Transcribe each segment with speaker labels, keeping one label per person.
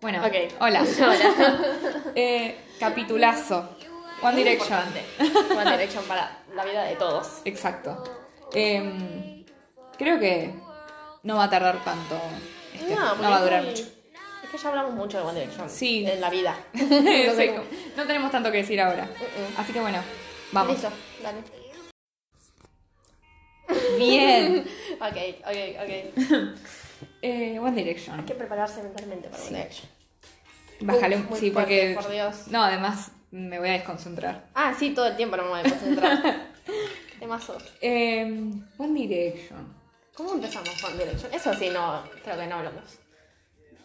Speaker 1: Bueno,
Speaker 2: Ok.
Speaker 1: hola. Eh, capitulazo. One Direction.
Speaker 2: One Direction para la vida de todos.
Speaker 1: Exacto. Em, creo que no va a tardar tanto. este, no,
Speaker 2: porque
Speaker 1: va a
Speaker 2: es
Speaker 1: durar
Speaker 2: Ah, muy-
Speaker 1: mucho.
Speaker 2: Es que ya hablamos mucho de One Direction.
Speaker 1: Sí.
Speaker 2: En la vida.
Speaker 1: Sí,
Speaker 2: cómo.
Speaker 1: no tenemos tanto que decir ahora. Así que bueno, vamos.
Speaker 2: Listo, dale.
Speaker 1: Bien.
Speaker 2: Ok, ok, ok.
Speaker 1: Eh, One
Speaker 2: Hay
Speaker 1: Direction.
Speaker 2: que prepararse mentalmente para One Direction.
Speaker 1: Bájale,
Speaker 2: Uh, muy
Speaker 1: sí,
Speaker 2: fuerte,
Speaker 1: porque.
Speaker 2: por Dios.
Speaker 1: No, además me voy a desconcentrar.
Speaker 2: Ah, sí, todo el tiempo no me voy a concentrar. Temazos.
Speaker 1: Em, One Direction.
Speaker 2: ¿Cómo empezamos One Direction? Eso sí, no, creo que no hablamos.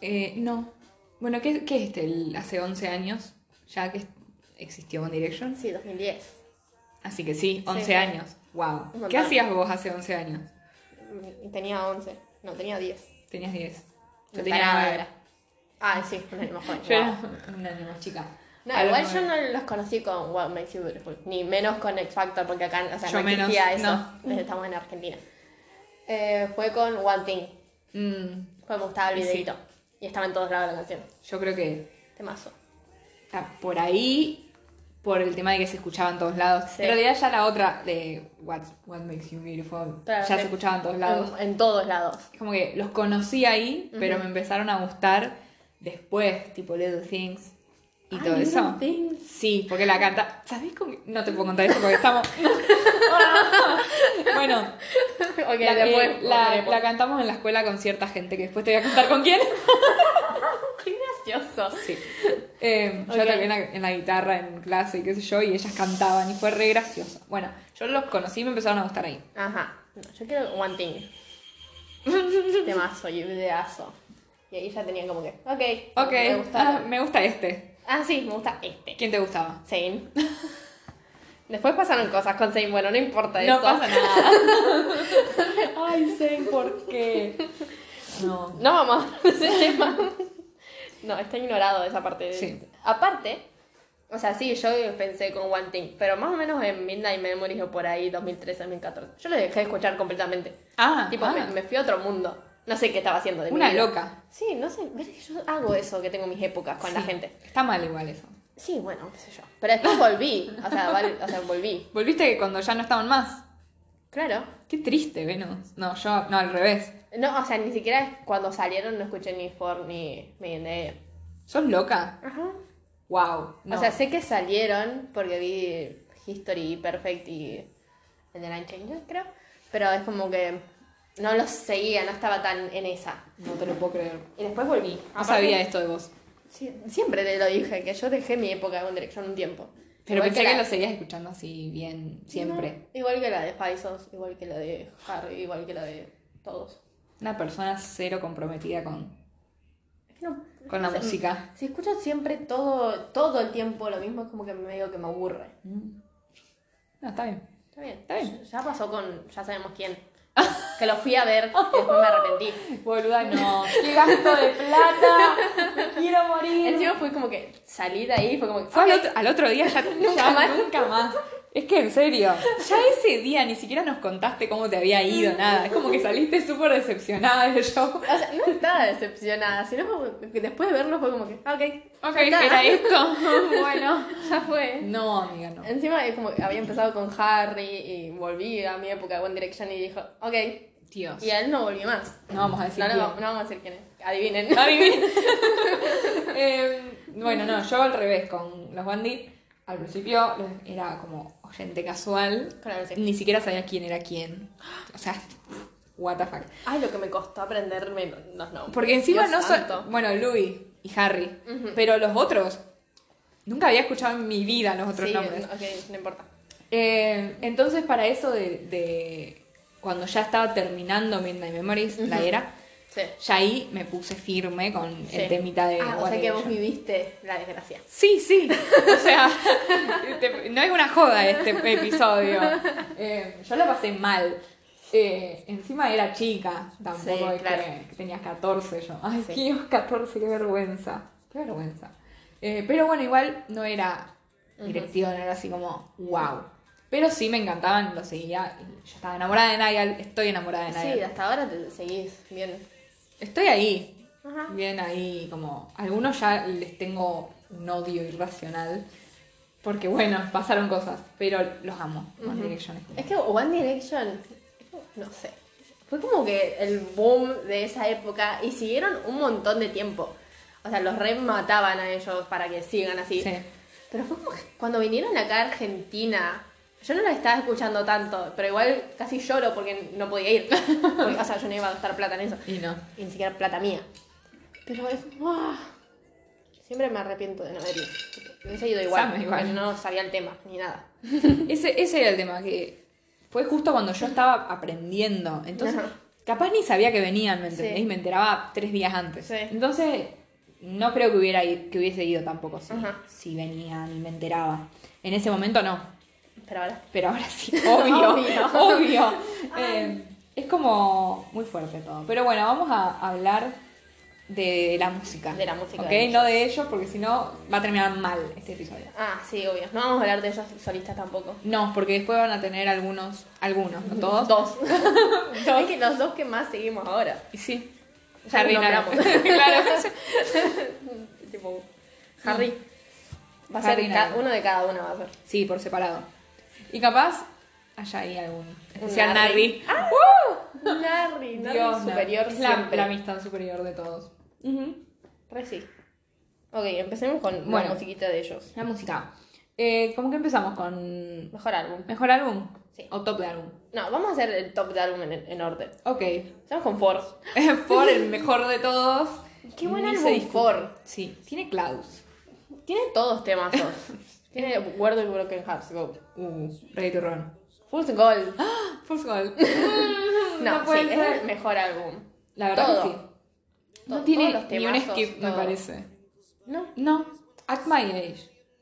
Speaker 1: Eh, no. Bueno, ¿qué, qué es este? El- hace 11 años ya que existió One Direction.
Speaker 2: Sí, 2010.
Speaker 1: Así que sí, 11
Speaker 2: sí.
Speaker 1: años. Wow.
Speaker 2: Un montón.
Speaker 1: ¿Qué hacías vos hace 11 años?
Speaker 2: Mm, Tenía 11. No, tenía 10.
Speaker 1: Tenías 10. Yo
Speaker 2: No
Speaker 1: tenía
Speaker 2: paraba,
Speaker 1: 9.
Speaker 2: era. Ah, sí, un año más joven.
Speaker 1: Yo
Speaker 2: wow.
Speaker 1: era un año más chica.
Speaker 2: No,
Speaker 1: A los
Speaker 2: igual yo
Speaker 1: nueve.
Speaker 2: no los conocí con What Makes You Beautiful, ni menos con X Factor, porque acá o sea,
Speaker 1: Yo
Speaker 2: no
Speaker 1: menos,
Speaker 2: existía eso.
Speaker 1: no.
Speaker 2: desde Estamos en Argentina. Eh, fue con One Thing,
Speaker 1: Mm,
Speaker 2: fue me gustaba el
Speaker 1: Y sí.
Speaker 2: videito. Y estaba en todos lados la canción.
Speaker 1: yo creo que
Speaker 2: Temazo.
Speaker 1: está por ahí, por el tema de que se escuchaba en todos lados.
Speaker 2: Sí.
Speaker 1: En realidad ya la otra de What, What Makes You Beautiful ya
Speaker 2: Claro, sí. Mm,
Speaker 1: se escuchaba en todos lados.
Speaker 2: En, en todos lados.
Speaker 1: Como que los conocí ahí, pero me empezaron a gustar después, tipo Little Things y
Speaker 2: Ah,
Speaker 1: todo
Speaker 2: Little
Speaker 1: eso.
Speaker 2: Things.
Speaker 1: Sí, porque la canta. ¿Sabés con qué? No te puedo contar eso porque estamos. bueno,
Speaker 2: ok,
Speaker 1: la,
Speaker 2: después.
Speaker 1: eh, la-
Speaker 2: volveremos.
Speaker 1: la cantamos en la escuela con cierta gente que después te voy a contar con quién.
Speaker 2: Qué gracioso.
Speaker 1: Sí. Eh, Yo
Speaker 2: Ok.
Speaker 1: toqué en la, en la guitarra en clase y qué sé yo, y ellas cantaban y fue re gracioso. Bueno, yo los conocí y me empezaron a gustar ahí.
Speaker 2: Ajá. No, yo quiero One Thing. Temazo y videazo. Y ahí ya tenía como que, ok.
Speaker 1: Ok,
Speaker 2: Me
Speaker 1: ah,
Speaker 2: gusta.
Speaker 1: me gusta este.
Speaker 2: Ah, sí, me gusta este.
Speaker 1: ¿Quién te gustaba?
Speaker 2: Zane. Después pasaron cosas con Zane, bueno, no importa
Speaker 1: No
Speaker 2: eso.
Speaker 1: pasa nada. Ay, sé por qué. No.
Speaker 2: No vamos a hablar de ese tema. No, está ignorado esa parte. de-
Speaker 1: Sí.
Speaker 2: Aparte, o sea, sí, yo pensé con One Thing, pero más o menos en Midnight Memories o por ahí, 2013, 2014. Yo lo dejé de escuchar completamente.
Speaker 1: Ah,
Speaker 2: tipo,
Speaker 1: ah,
Speaker 2: me, me fui a otro mundo. No sé qué estaba haciendo de mi
Speaker 1: una
Speaker 2: vida.
Speaker 1: loca.
Speaker 2: Sí, no sé, ves que yo hago eso, que tengo mis épocas con la
Speaker 1: Sí.
Speaker 2: gente.
Speaker 1: Está mal igual eso.
Speaker 2: Sí, bueno, qué sé yo. Pero después volví, o sea, vale, o sea volví.
Speaker 1: Volviste que cuando ya no estaban más.
Speaker 2: Claro.
Speaker 1: Qué triste, Venus. No, yo, no, al revés.
Speaker 2: No, o sea, ni siquiera es- cuando salieron no escuché ni Ford ni Midnight.
Speaker 1: ¿Sos loca?
Speaker 2: Ajá.
Speaker 1: Wow. No.
Speaker 2: O sea, sé que salieron porque vi History Perfect y el de Nine Changes, creo. Pero es como que no los seguía, no estaba tan en esa.
Speaker 1: no te lo puedo creer.
Speaker 2: Y después volví.
Speaker 1: No sabía esto de vos.
Speaker 2: siempre te lo dije, que yo dejé mi época de One Direction un tiempo.
Speaker 1: Pero
Speaker 2: Igual
Speaker 1: pensé que,
Speaker 2: la-
Speaker 1: lo seguías escuchando así bien, siempre.
Speaker 2: No, igual que la de Paisos, igual que la de Harry, igual que la de todos.
Speaker 1: Una persona cero comprometida con,
Speaker 2: Es que no-
Speaker 1: con la
Speaker 2: no sé,
Speaker 1: música.
Speaker 2: Si escucho siempre todo, todo el tiempo lo mismo, es como que medio que me aburre.
Speaker 1: No, está bien.
Speaker 2: Está bien,
Speaker 1: Está bien.
Speaker 2: Ya pasó con, ya sabemos quién. que lo fui a ver y después me arrepentí.
Speaker 1: Boluda, no. ¡Qué gasto de plata! ¡Me quiero morir!
Speaker 2: Encima fue como que salí de ahí, fue como que.
Speaker 1: Fue al
Speaker 2: "Ok".
Speaker 1: otro, al otro día ya, nunca,
Speaker 2: más.
Speaker 1: más. nunca más. Es que en serio, ya ese día ni siquiera nos contaste cómo te había ido, nada. Es como que saliste súper decepcionada del show.
Speaker 2: O sea, no estaba decepcionada, sino como que después de verlo fue como que, "Ah, ok,
Speaker 1: Ok,
Speaker 2: ya está".
Speaker 1: era esto. bueno.
Speaker 2: Ya fue.
Speaker 1: No, amiga, no.
Speaker 2: Encima es como que había empezado con Harry y volví a mi época de One Direction y dijo, ok,
Speaker 1: Dios.
Speaker 2: y a él no volví más.
Speaker 1: No vamos a decir
Speaker 2: No, no,
Speaker 1: quién.
Speaker 2: no vamos a decir quién es. Adivinen.
Speaker 1: Adivinen. Eh, bueno, no, yo al revés con los Bandit. Al principio los- era como oyente casual.
Speaker 2: Claro, sí.
Speaker 1: Ni siquiera sabía quién era quién. O sea, what the fuck.
Speaker 2: Ay, lo que me costó aprenderme los nombres.
Speaker 1: Porque encima
Speaker 2: Dios
Speaker 1: no son.
Speaker 2: santo.
Speaker 1: Bueno, Louis y Harry. Pero los otros. Nunca había escuchado en mi vida los otros
Speaker 2: Sí,
Speaker 1: nombres.
Speaker 2: ok, no importa.
Speaker 1: Eh, entonces, para eso de, de- Cuando ya estaba terminando Midnight Memories, la era.
Speaker 2: Sí.
Speaker 1: Ya ahí me puse firme con
Speaker 2: sí.
Speaker 1: el temita de.
Speaker 2: Ah, o
Speaker 1: What
Speaker 2: sea que vos
Speaker 1: Direction.
Speaker 2: viviste la desgracia.
Speaker 1: Sí, sí. O sea, te- no es una joda este episodio. Eh, yo la pasé mal. Eh, encima era chica, tampoco
Speaker 2: Sí,
Speaker 1: es
Speaker 2: claro.
Speaker 1: que, que tenía 14 yo. Ay,
Speaker 2: Sí.
Speaker 1: Dios, 14, qué vergüenza. Qué vergüenza. Eh, pero bueno, igual no era directiva, no era así como, wow. Pero sí me encantaban, lo seguía. y Yo estaba enamorada de Nigel, estoy enamorada de
Speaker 2: Sí,
Speaker 1: Nigel.
Speaker 2: hasta ahora te seguís bien.
Speaker 1: Estoy ahí.
Speaker 2: Ajá.
Speaker 1: Bien ahí, como. Algunos ya les tengo un odio irracional. Porque bueno, pasaron cosas. Pero los amo. One Direction es como-
Speaker 2: Es que One Direction, no sé, fue como que el boom de esa época y siguieron un montón de tiempo. O sea, los remataban a ellos para que sigan así.
Speaker 1: Sí.
Speaker 2: Pero fue como que cuando vinieron acá a Argentina, yo no los estaba escuchando tanto, pero igual casi lloro porque no podía ir. Porque, o sea, yo no iba a gastar plata en eso,
Speaker 1: Y no.
Speaker 2: y ni siquiera plata mía. Pero es... ¡ah! Siempre me arrepiento de no haber ido. Hubiese ido igual,
Speaker 1: Sama igual.
Speaker 2: porque no sabía el tema, ni nada.
Speaker 1: Ese, ese era el tema, que fue justo cuando yo estaba aprendiendo. Entonces,
Speaker 2: Ajá.
Speaker 1: capaz ni sabía que venían, ¿me entendés?
Speaker 2: Sí.
Speaker 1: Me enteraba tres días antes.
Speaker 2: Sí.
Speaker 1: Entonces, no creo que, hubiera, i- que hubiese ido tampoco si,
Speaker 2: Ajá.
Speaker 1: si venían y me enteraba. En ese momento no,
Speaker 2: Pero ahora...
Speaker 1: pero ahora sí, obvio,
Speaker 2: Obvio.
Speaker 1: obvio. Eh, es como muy fuerte todo. Pero bueno, vamos a hablar de la música.
Speaker 2: De la música
Speaker 1: ¿Ok?
Speaker 2: de ellos.
Speaker 1: no de ellos, porque si no va a terminar mal este episodio.
Speaker 2: Ah, sí, obvio. No vamos a hablar de ellos solistas tampoco.
Speaker 1: No, porque después van a tener algunos, algunos, no todos.
Speaker 2: Dos. Es que los dos que más seguimos ahora.
Speaker 1: Y sí.
Speaker 2: Ya
Speaker 1: Harry
Speaker 2: los
Speaker 1: Nara.
Speaker 2: nombramos.
Speaker 1: claro.
Speaker 2: Tipo, Harry. Va a
Speaker 1: Mm. Harry
Speaker 2: ser
Speaker 1: nada.
Speaker 2: ca- uno de cada uno va a ser.
Speaker 1: Sí, por separado. Y capaz haya ahí algún. Especial
Speaker 2: Narri.
Speaker 1: Narri.
Speaker 2: Larry, Larry
Speaker 1: Dios,
Speaker 2: superior
Speaker 1: Narri. Es la,
Speaker 2: siempre.
Speaker 1: la amistad superior de todos.
Speaker 2: Re sí. Ok, empecemos con
Speaker 1: Bueno.
Speaker 2: la musiquita de ellos.
Speaker 1: La música. Eh, ¿Cómo que empezamos con
Speaker 2: Mejor álbum.
Speaker 1: mejor álbum?
Speaker 2: Sí.
Speaker 1: O top de álbum.
Speaker 2: No, vamos a hacer el top de álbum en, en orden.
Speaker 1: Ok.
Speaker 2: Estamos con Ford.
Speaker 1: Por el mejor de todos.
Speaker 2: Qué buen
Speaker 1: Ni se
Speaker 2: álbum,
Speaker 1: discute.
Speaker 2: Ford.
Speaker 1: Sí, tiene Klaus.
Speaker 2: Tiene todos temazos. Tiene Word y Broken Hearts Go.
Speaker 1: Uh, Ready to Run.
Speaker 2: Fool's Gold.
Speaker 1: First Goal.
Speaker 2: No,
Speaker 1: No puede
Speaker 2: sí,
Speaker 1: ser.
Speaker 2: es el mejor álbum.
Speaker 1: La verdad
Speaker 2: Todo.
Speaker 1: que sí. No
Speaker 2: To-
Speaker 1: tiene
Speaker 2: todos los
Speaker 1: ni un
Speaker 2: temazos,
Speaker 1: skip, me
Speaker 2: todo.
Speaker 1: parece.
Speaker 2: No,
Speaker 1: No, At My Age.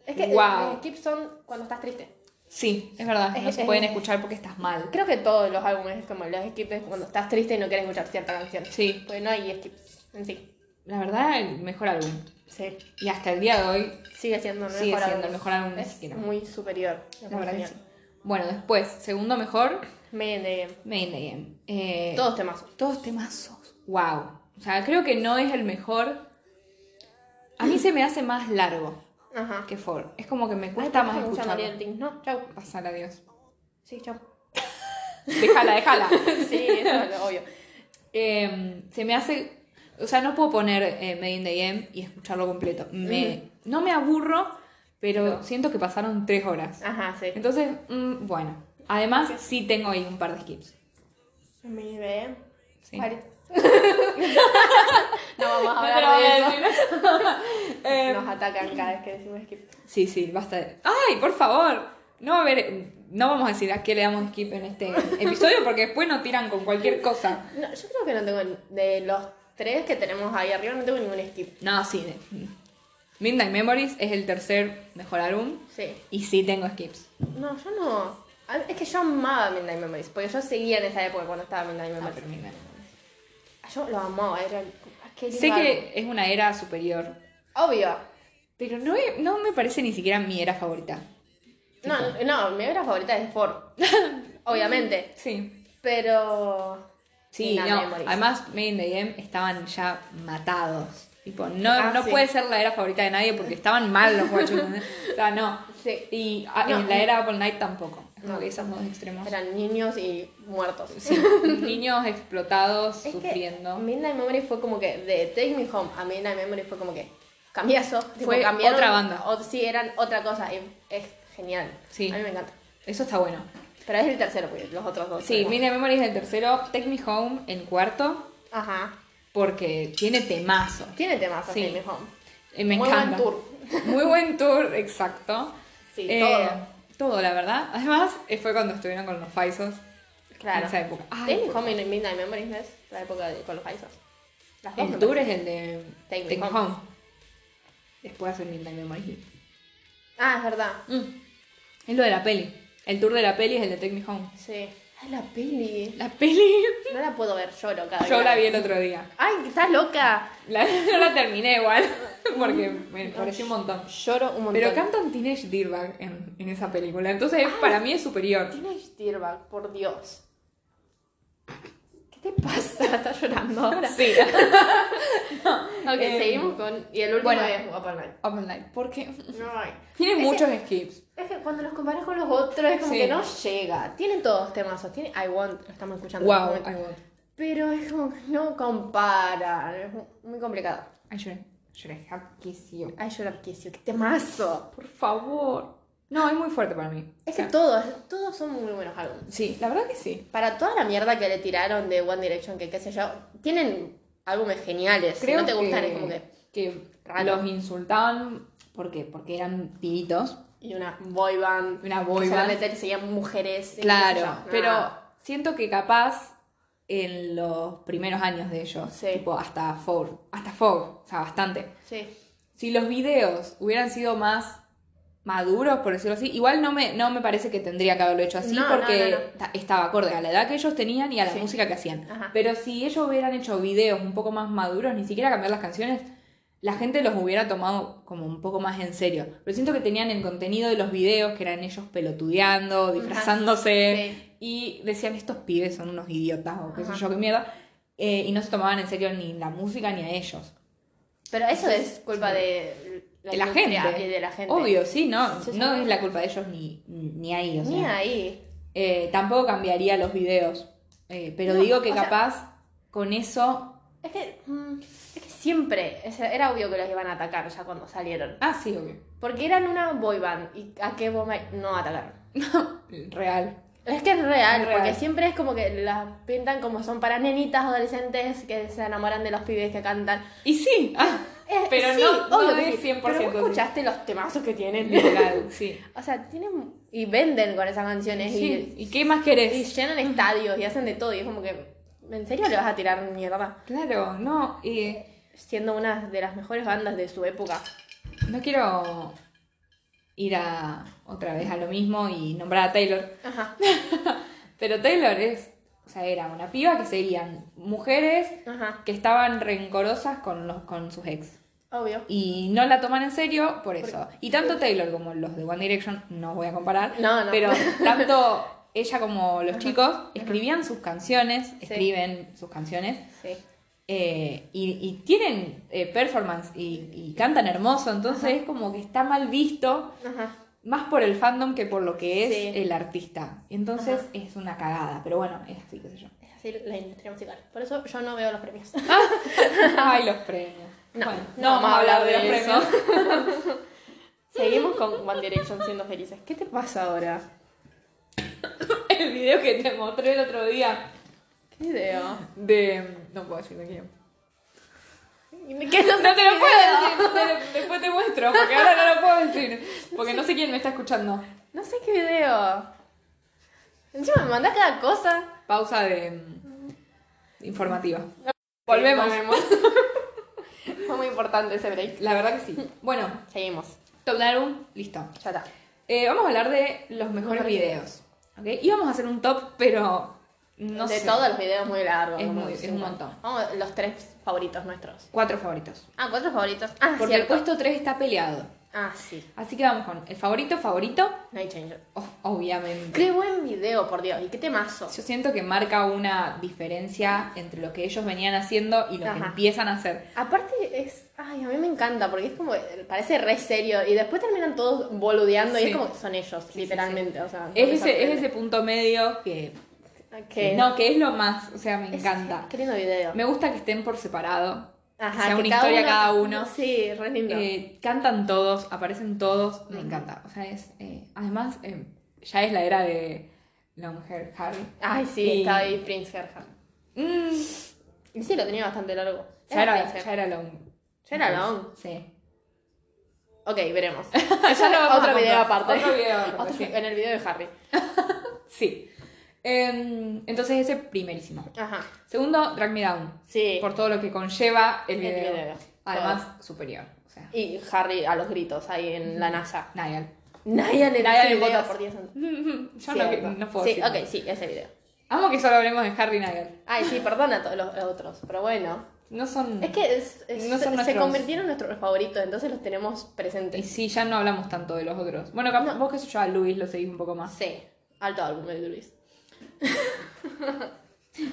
Speaker 2: Es que
Speaker 1: Guau.
Speaker 2: los skips son cuando estás triste.
Speaker 1: Sí, es verdad, no
Speaker 2: Es-
Speaker 1: se
Speaker 2: es-
Speaker 1: pueden escuchar porque estás mal.
Speaker 2: Creo que todos los álbumes es como los skips es cuando estás triste y no quieres escuchar cierta canción.
Speaker 1: Sí.
Speaker 2: Pues no hay skips en sí.
Speaker 1: La verdad, el mejor álbum.
Speaker 2: Sí.
Speaker 1: Y hasta el día de hoy,
Speaker 2: Sigue siendo el mejor
Speaker 1: Sigue
Speaker 2: álbum.
Speaker 1: siendo el mejor álbum, ni
Speaker 2: Es
Speaker 1: siquiera.
Speaker 2: muy superior.
Speaker 1: la
Speaker 2: en mi
Speaker 1: verdad que sí.
Speaker 2: opinión.
Speaker 1: Bueno, después, segundo mejor,
Speaker 2: Men de-
Speaker 1: Main Game. Eh,
Speaker 2: Todos temazos.
Speaker 1: Todos temazos. Wow. O sea, creo que no es el mejor. A mí se me hace más largo
Speaker 2: Ajá.
Speaker 1: que Ford. Es como que me
Speaker 2: Ay,
Speaker 1: cuesta
Speaker 2: ¿por qué
Speaker 1: más
Speaker 2: me gusta María del
Speaker 1: escucharlo.
Speaker 2: Tin? No, chau.
Speaker 1: Pasala, Dios.
Speaker 2: Sí, chau.
Speaker 1: Déjala, déjala.
Speaker 2: Sí, eso es lo obvio.
Speaker 1: Eh, se me hace. O sea, no puedo poner eh, Made in the Game y escucharlo completo. Me, No me aburro, pero siento que pasaron tres horas.
Speaker 2: Ajá, sí.
Speaker 1: Entonces, mm, bueno. Además, sí tengo ahí un par de skips.
Speaker 2: Men de-
Speaker 1: Sí.
Speaker 2: ¿Cuál? no vamos a
Speaker 1: No te
Speaker 2: hablar
Speaker 1: lo voy
Speaker 2: de
Speaker 1: a
Speaker 2: eso.
Speaker 1: Eh,
Speaker 2: Nos atacan cada vez que decimos skip.
Speaker 1: Sí, sí, basta. de- ¡Ay, por favor! No va a haber- No vamos a decir a qué le damos skip en este episodio porque después nos tiran con cualquier cosa.
Speaker 2: No, yo creo que no tengo. De los tres que tenemos ahí arriba, no tengo ningún skip.
Speaker 1: No, sí. de- Midnight Memories es el tercer mejor álbum
Speaker 2: Sí.
Speaker 1: y sí tengo skips.
Speaker 2: No, yo no. A- Es que yo amaba Midnight Memories, porque yo seguía en esa época cuando estaba Midnight
Speaker 1: Ah,
Speaker 2: Memories.
Speaker 1: pero Midnight Memories.
Speaker 2: Yo lo amaba, era. ah, qué lindo
Speaker 1: Sé
Speaker 2: álbum.
Speaker 1: que es una era superior,
Speaker 2: Obvio.
Speaker 1: pero no, he- no me parece ni siquiera mi era favorita.
Speaker 2: No, no, mi obra favorita es Ford. Obviamente.
Speaker 1: Sí.
Speaker 2: Pero.
Speaker 1: Sí,
Speaker 2: Midnight
Speaker 1: no.
Speaker 2: Memories.
Speaker 1: Además, Made in the Game estaban ya matados. Tipo, no,
Speaker 2: Ah,
Speaker 1: no
Speaker 2: sí.
Speaker 1: puede ser la era favorita de nadie porque estaban mal los guachos. ¿entendés? o sea, no.
Speaker 2: Sí.
Speaker 1: Y ah,
Speaker 2: No.
Speaker 1: en la era Apple Night tampoco. Es como
Speaker 2: No.
Speaker 1: que esos dos extremos.
Speaker 2: Eran niños y muertos.
Speaker 1: Sí, niños explotados,
Speaker 2: Es que
Speaker 1: sufriendo.
Speaker 2: Midnight Memories fue como que de Take Me Home a Midnight Memories fue como que cambiazo. tipo,
Speaker 1: Fue
Speaker 2: cambiaron-
Speaker 1: otra banda.
Speaker 2: o- sí, eran otra cosa. y es genial.
Speaker 1: Sí.
Speaker 2: A mí me encanta.
Speaker 1: Eso está bueno.
Speaker 2: Pero es el tercero, porque los otros dos.
Speaker 1: Sí,
Speaker 2: son-
Speaker 1: Midnight Memories el tercero, Take Me Home el cuarto,
Speaker 2: Ajá.
Speaker 1: porque tiene temazo.
Speaker 2: Tiene temas así,
Speaker 1: Sí.
Speaker 2: mi home.
Speaker 1: Eh, me
Speaker 2: Muy
Speaker 1: encanta.
Speaker 2: buen
Speaker 1: Muy buen tour, exacto. Eh,
Speaker 2: Sí,
Speaker 1: todo. la verdad. Además, eh, fue cuando estuvieron con los Faisos. En
Speaker 2: Claro.
Speaker 1: esa época. Ay,
Speaker 2: Take Me
Speaker 1: por-
Speaker 2: Home y Midnight Memories ¿no es la época de, con los paisas. Las dos
Speaker 1: el
Speaker 2: me
Speaker 1: tour
Speaker 2: parece.
Speaker 1: es el de
Speaker 2: Take Me
Speaker 1: Take Me
Speaker 2: Home.
Speaker 1: Home. Después hace Midnight Memories.
Speaker 2: Ah, es verdad.
Speaker 1: Mm. Es lo de la peli. El tour de la peli es el de Take Me Home.
Speaker 2: Sí. Ay, la peli.
Speaker 1: La peli.
Speaker 2: No la puedo ver, lloro cada
Speaker 1: Yo
Speaker 2: día.
Speaker 1: la vi el otro día.
Speaker 2: Ay, estás loca.
Speaker 1: La, no la terminé igual. Porque me pareció un montón.
Speaker 2: Lloro un montón. Ah.
Speaker 1: Pero cantan Teenage Dirtbag en, en esa película. Entonces para mí es superior.
Speaker 2: Teenage Dirtbag, por Dios. ¿Qué te pasa? ¿Estás llorando ahora?
Speaker 1: Sí.
Speaker 2: Ok,
Speaker 1: Eh,
Speaker 2: seguimos con. Y el último
Speaker 1: bueno.
Speaker 2: es Oppenheimer.
Speaker 1: Open Light, porque
Speaker 2: No hay.
Speaker 1: tiene
Speaker 2: Es
Speaker 1: muchos skips.
Speaker 2: Es que cuando los comparas con los otros es como
Speaker 1: Sí.
Speaker 2: que no llega. Tienen todos temazos. Tiene I Want, lo estamos escuchando. en
Speaker 1: Wow,
Speaker 2: este momento.
Speaker 1: I won't.
Speaker 2: Pero es como que no comparan. Es muy complicado.
Speaker 1: I shouldn't, shouldn't have kissed you.
Speaker 2: Ay, yo la quise. ¡Qué temazo!
Speaker 1: Por favor. No, es muy fuerte para mí.
Speaker 2: Es
Speaker 1: O
Speaker 2: que
Speaker 1: sea,
Speaker 2: todos, todos son muy buenos álbumes.
Speaker 1: Sí, la verdad que sí.
Speaker 2: Para toda la mierda que le tiraron de One Direction, que qué sé yo, tienen álbumes geniales. si no te gustan, es como que.
Speaker 1: que
Speaker 2: raro.
Speaker 1: los insultaban. ¿Por qué? Porque eran pibitos.
Speaker 2: Y una boy band.
Speaker 1: Una boy
Speaker 2: que
Speaker 1: band.
Speaker 2: Solamente seguían mujeres. y qué sé yo.
Speaker 1: Claro,
Speaker 2: No.
Speaker 1: pero siento que capaz en los primeros años de ellos,
Speaker 2: Sí.
Speaker 1: tipo hasta Ford, hasta Ford, o sea, bastante.
Speaker 2: Sí.
Speaker 1: Si los videos hubieran sido más maduros, por decirlo así, igual no me, no me parece que tendría que haberlo hecho así
Speaker 2: No, no,
Speaker 1: porque
Speaker 2: no, no.
Speaker 1: ta- estaba acorde a la edad que ellos tenían y a la
Speaker 2: Sí.
Speaker 1: música que hacían.
Speaker 2: Ajá.
Speaker 1: Pero si ellos hubieran hecho videos un poco más maduros, ni siquiera cambiar las canciones, la gente los hubiera tomado como un poco más en serio. Pero siento que tenían el contenido de los videos, que eran ellos pelotudeando, disfrazándose,
Speaker 2: Sí.
Speaker 1: y decían, estos pibes son unos idiotas o qué sé
Speaker 2: Ajá.
Speaker 1: yo, qué mierda. eh, y no se tomaban en serio ni la música ni a ellos.
Speaker 2: Pero eso es culpa de
Speaker 1: De la
Speaker 2: industria
Speaker 1: gente.
Speaker 2: y de la gente.
Speaker 1: Obvio, sí, no.
Speaker 2: Sí, sí.
Speaker 1: No es la culpa de ellos ni, ni ahí. O sea.
Speaker 2: Ni ahí.
Speaker 1: Eh, tampoco cambiaría los videos. Eh, pero
Speaker 2: No,
Speaker 1: digo que
Speaker 2: o sea-
Speaker 1: capaz con eso.
Speaker 2: Es que, mm, es que siempre, es- era obvio que los iban a atacar ya cuando salieron.
Speaker 1: Ah, sí, obvio.
Speaker 2: Porque eran una boy band y a qué boy band no atacaron.
Speaker 1: Real.
Speaker 2: Es que es real,
Speaker 1: Es real.
Speaker 2: porque siempre es como que las pintan como son para nenitas adolescentes que se enamoran de los pibes que cantan.
Speaker 1: Y sí. ah,
Speaker 2: Eh,
Speaker 1: pero
Speaker 2: sí,
Speaker 1: no, no
Speaker 2: obvio que
Speaker 1: es
Speaker 2: sí,
Speaker 1: 100%.
Speaker 2: Pero vos
Speaker 1: así.
Speaker 2: escuchaste los temazos que tienen.
Speaker 1: Literal, sí.
Speaker 2: o sea, tienen y venden con esas canciones y
Speaker 1: Sí, ¿Y qué más
Speaker 2: Y
Speaker 1: querés?
Speaker 2: llenan estadios y hacen de todo. Y es como que, ¿en serio le vas a tirar mierda?
Speaker 1: Claro, no. eh,
Speaker 2: Siendo una de las mejores bandas de su época.
Speaker 1: no quiero ir a otra vez a lo mismo y nombrar a Taylor.
Speaker 2: Ajá.
Speaker 1: Pero Taylor es. O sea, era una piba que seguían mujeres
Speaker 2: Ajá.
Speaker 1: que estaban rencorosas con, los, con sus ex.
Speaker 2: Obvio.
Speaker 1: Y no la toman en serio por eso. Y tanto Taylor como los de One Direction, no voy a comparar,
Speaker 2: No, no.
Speaker 1: pero tanto ella como los chicos escribían sus canciones, escriben sus canciones,
Speaker 2: Sí.
Speaker 1: eh, y, y tienen eh, performance y, y cantan hermoso, entonces es como que está mal visto,
Speaker 2: Ajá.
Speaker 1: más por el fandom que por lo que es
Speaker 2: Sí.
Speaker 1: el artista. Entonces
Speaker 2: Ajá.
Speaker 1: es una cagada, pero bueno, es así, qué sé yo.
Speaker 2: Es así la industria musical. Por eso yo no veo los premios.
Speaker 1: Ay, los premios.
Speaker 2: No,
Speaker 1: Bueno,
Speaker 2: no vamos a hablar de eso.
Speaker 1: premios.
Speaker 2: Seguimos con One Direction siendo felices. ¿Qué te pasa ahora?
Speaker 1: el video que te mostré el otro día
Speaker 2: ¿Qué video?
Speaker 1: de... No puedo decir de quién.
Speaker 2: Y me quedo
Speaker 1: No te lo puedo decir, te- después te muestro, porque ahora no lo puedo decir. Porque no sé quién me está escuchando.
Speaker 2: No sé qué video. Encima me mandás cada cosa.
Speaker 1: Pausa de mm, informativa. Volvemos.
Speaker 2: Fue muy importante ese break.
Speaker 1: La verdad que sí. Bueno,
Speaker 2: Seguimos.
Speaker 1: top de álbum, listo.
Speaker 2: Ya está.
Speaker 1: Eh, vamos a hablar de los mejores videos. ¿ok? Íbamos a hacer un top, pero no
Speaker 2: de
Speaker 1: sé.
Speaker 2: todos los videos muy largos.
Speaker 1: Es
Speaker 2: como
Speaker 1: muy- es un
Speaker 2: 50.
Speaker 1: montón.
Speaker 2: Vamos, los tres favoritos nuestros.
Speaker 1: Cuatro favoritos.
Speaker 2: Ah, cuatro favoritos. Ah,
Speaker 1: Porque el
Speaker 2: cierto.
Speaker 1: puesto 3 está peleado.
Speaker 2: Ah, sí.
Speaker 1: Así que vamos con el favorito, favorito,
Speaker 2: No hay change.
Speaker 1: oh, obviamente.
Speaker 2: Qué buen video, por Dios. Y qué temazo.
Speaker 1: Yo siento que marca una diferencia entre lo que ellos venían haciendo y lo que
Speaker 2: Ajá.
Speaker 1: empiezan a hacer.
Speaker 2: Aparte es... Ay, a mí me encanta porque es como... Parece re serio. Y después terminan todos boludeando y
Speaker 1: Sí.
Speaker 2: es como... Son ellos, literalmente. O sea... no me
Speaker 1: Es ese,
Speaker 2: sorprende.
Speaker 1: es ese punto medio que,
Speaker 2: Ok.
Speaker 1: que No, que es lo más. O sea, me
Speaker 2: Es-
Speaker 1: encanta.
Speaker 2: Ah, Qué lindo video.
Speaker 1: Me gusta que estén por separado.
Speaker 2: Ajá,
Speaker 1: que sea
Speaker 2: que
Speaker 1: una historia cada uno.
Speaker 2: Sí, re lindo.
Speaker 1: Eh, cantan todos, aparecen todos. Me encanta. O sea, es. eh, además, eh, ya es la era de Long Hair Harry.
Speaker 2: Ay, sí,
Speaker 1: y-
Speaker 2: estaba ahí Prince Gerhard.
Speaker 1: Mm,
Speaker 2: Y sí, lo tenía bastante largo.
Speaker 1: ya, era,
Speaker 2: Prince
Speaker 1: ya
Speaker 2: Gerhard.
Speaker 1: era Long.
Speaker 2: Ya era long.
Speaker 1: Sí.
Speaker 2: Ok, veremos.
Speaker 1: ya lo vamos
Speaker 2: Otro
Speaker 1: a
Speaker 2: video
Speaker 1: comprar.
Speaker 2: aparte.
Speaker 1: Otro video aparte,
Speaker 2: Otro-
Speaker 1: sí.
Speaker 2: En el video de Harry.
Speaker 1: Sí. Em, entonces, ese primerísimo.
Speaker 2: Ajá.
Speaker 1: Segundo, Drag Me Down.
Speaker 2: Sí.
Speaker 1: Por todo lo que conlleva el
Speaker 2: El
Speaker 1: video.
Speaker 2: video.
Speaker 1: Además, superior. O sea,
Speaker 2: Y Harry a los gritos ahí en la NASA.
Speaker 1: Niall.
Speaker 2: Nadie le
Speaker 1: Nadie le
Speaker 2: video,
Speaker 1: vota.
Speaker 2: por Dios santo.
Speaker 1: Yo no,
Speaker 2: Cierto.
Speaker 1: no puedo
Speaker 2: Sí,
Speaker 1: decir
Speaker 2: ok,
Speaker 1: más.
Speaker 2: sí, ese video.
Speaker 1: Amo que solo hablemos de Harry y Nigel.
Speaker 2: Ay, sí, perdona a todos los los otros, pero bueno.
Speaker 1: No son.
Speaker 2: Es que es- es-
Speaker 1: No son
Speaker 2: se,
Speaker 1: nuestros.
Speaker 2: convirtieron en nuestros favoritos, entonces los tenemos
Speaker 1: Y
Speaker 2: presentes.
Speaker 1: sí, ya no hablamos tanto de los otros. Bueno, cap-
Speaker 2: No.
Speaker 1: vos qué sé yo, a Luis lo seguís un poco más.
Speaker 2: Sí, alto álbum de Luis.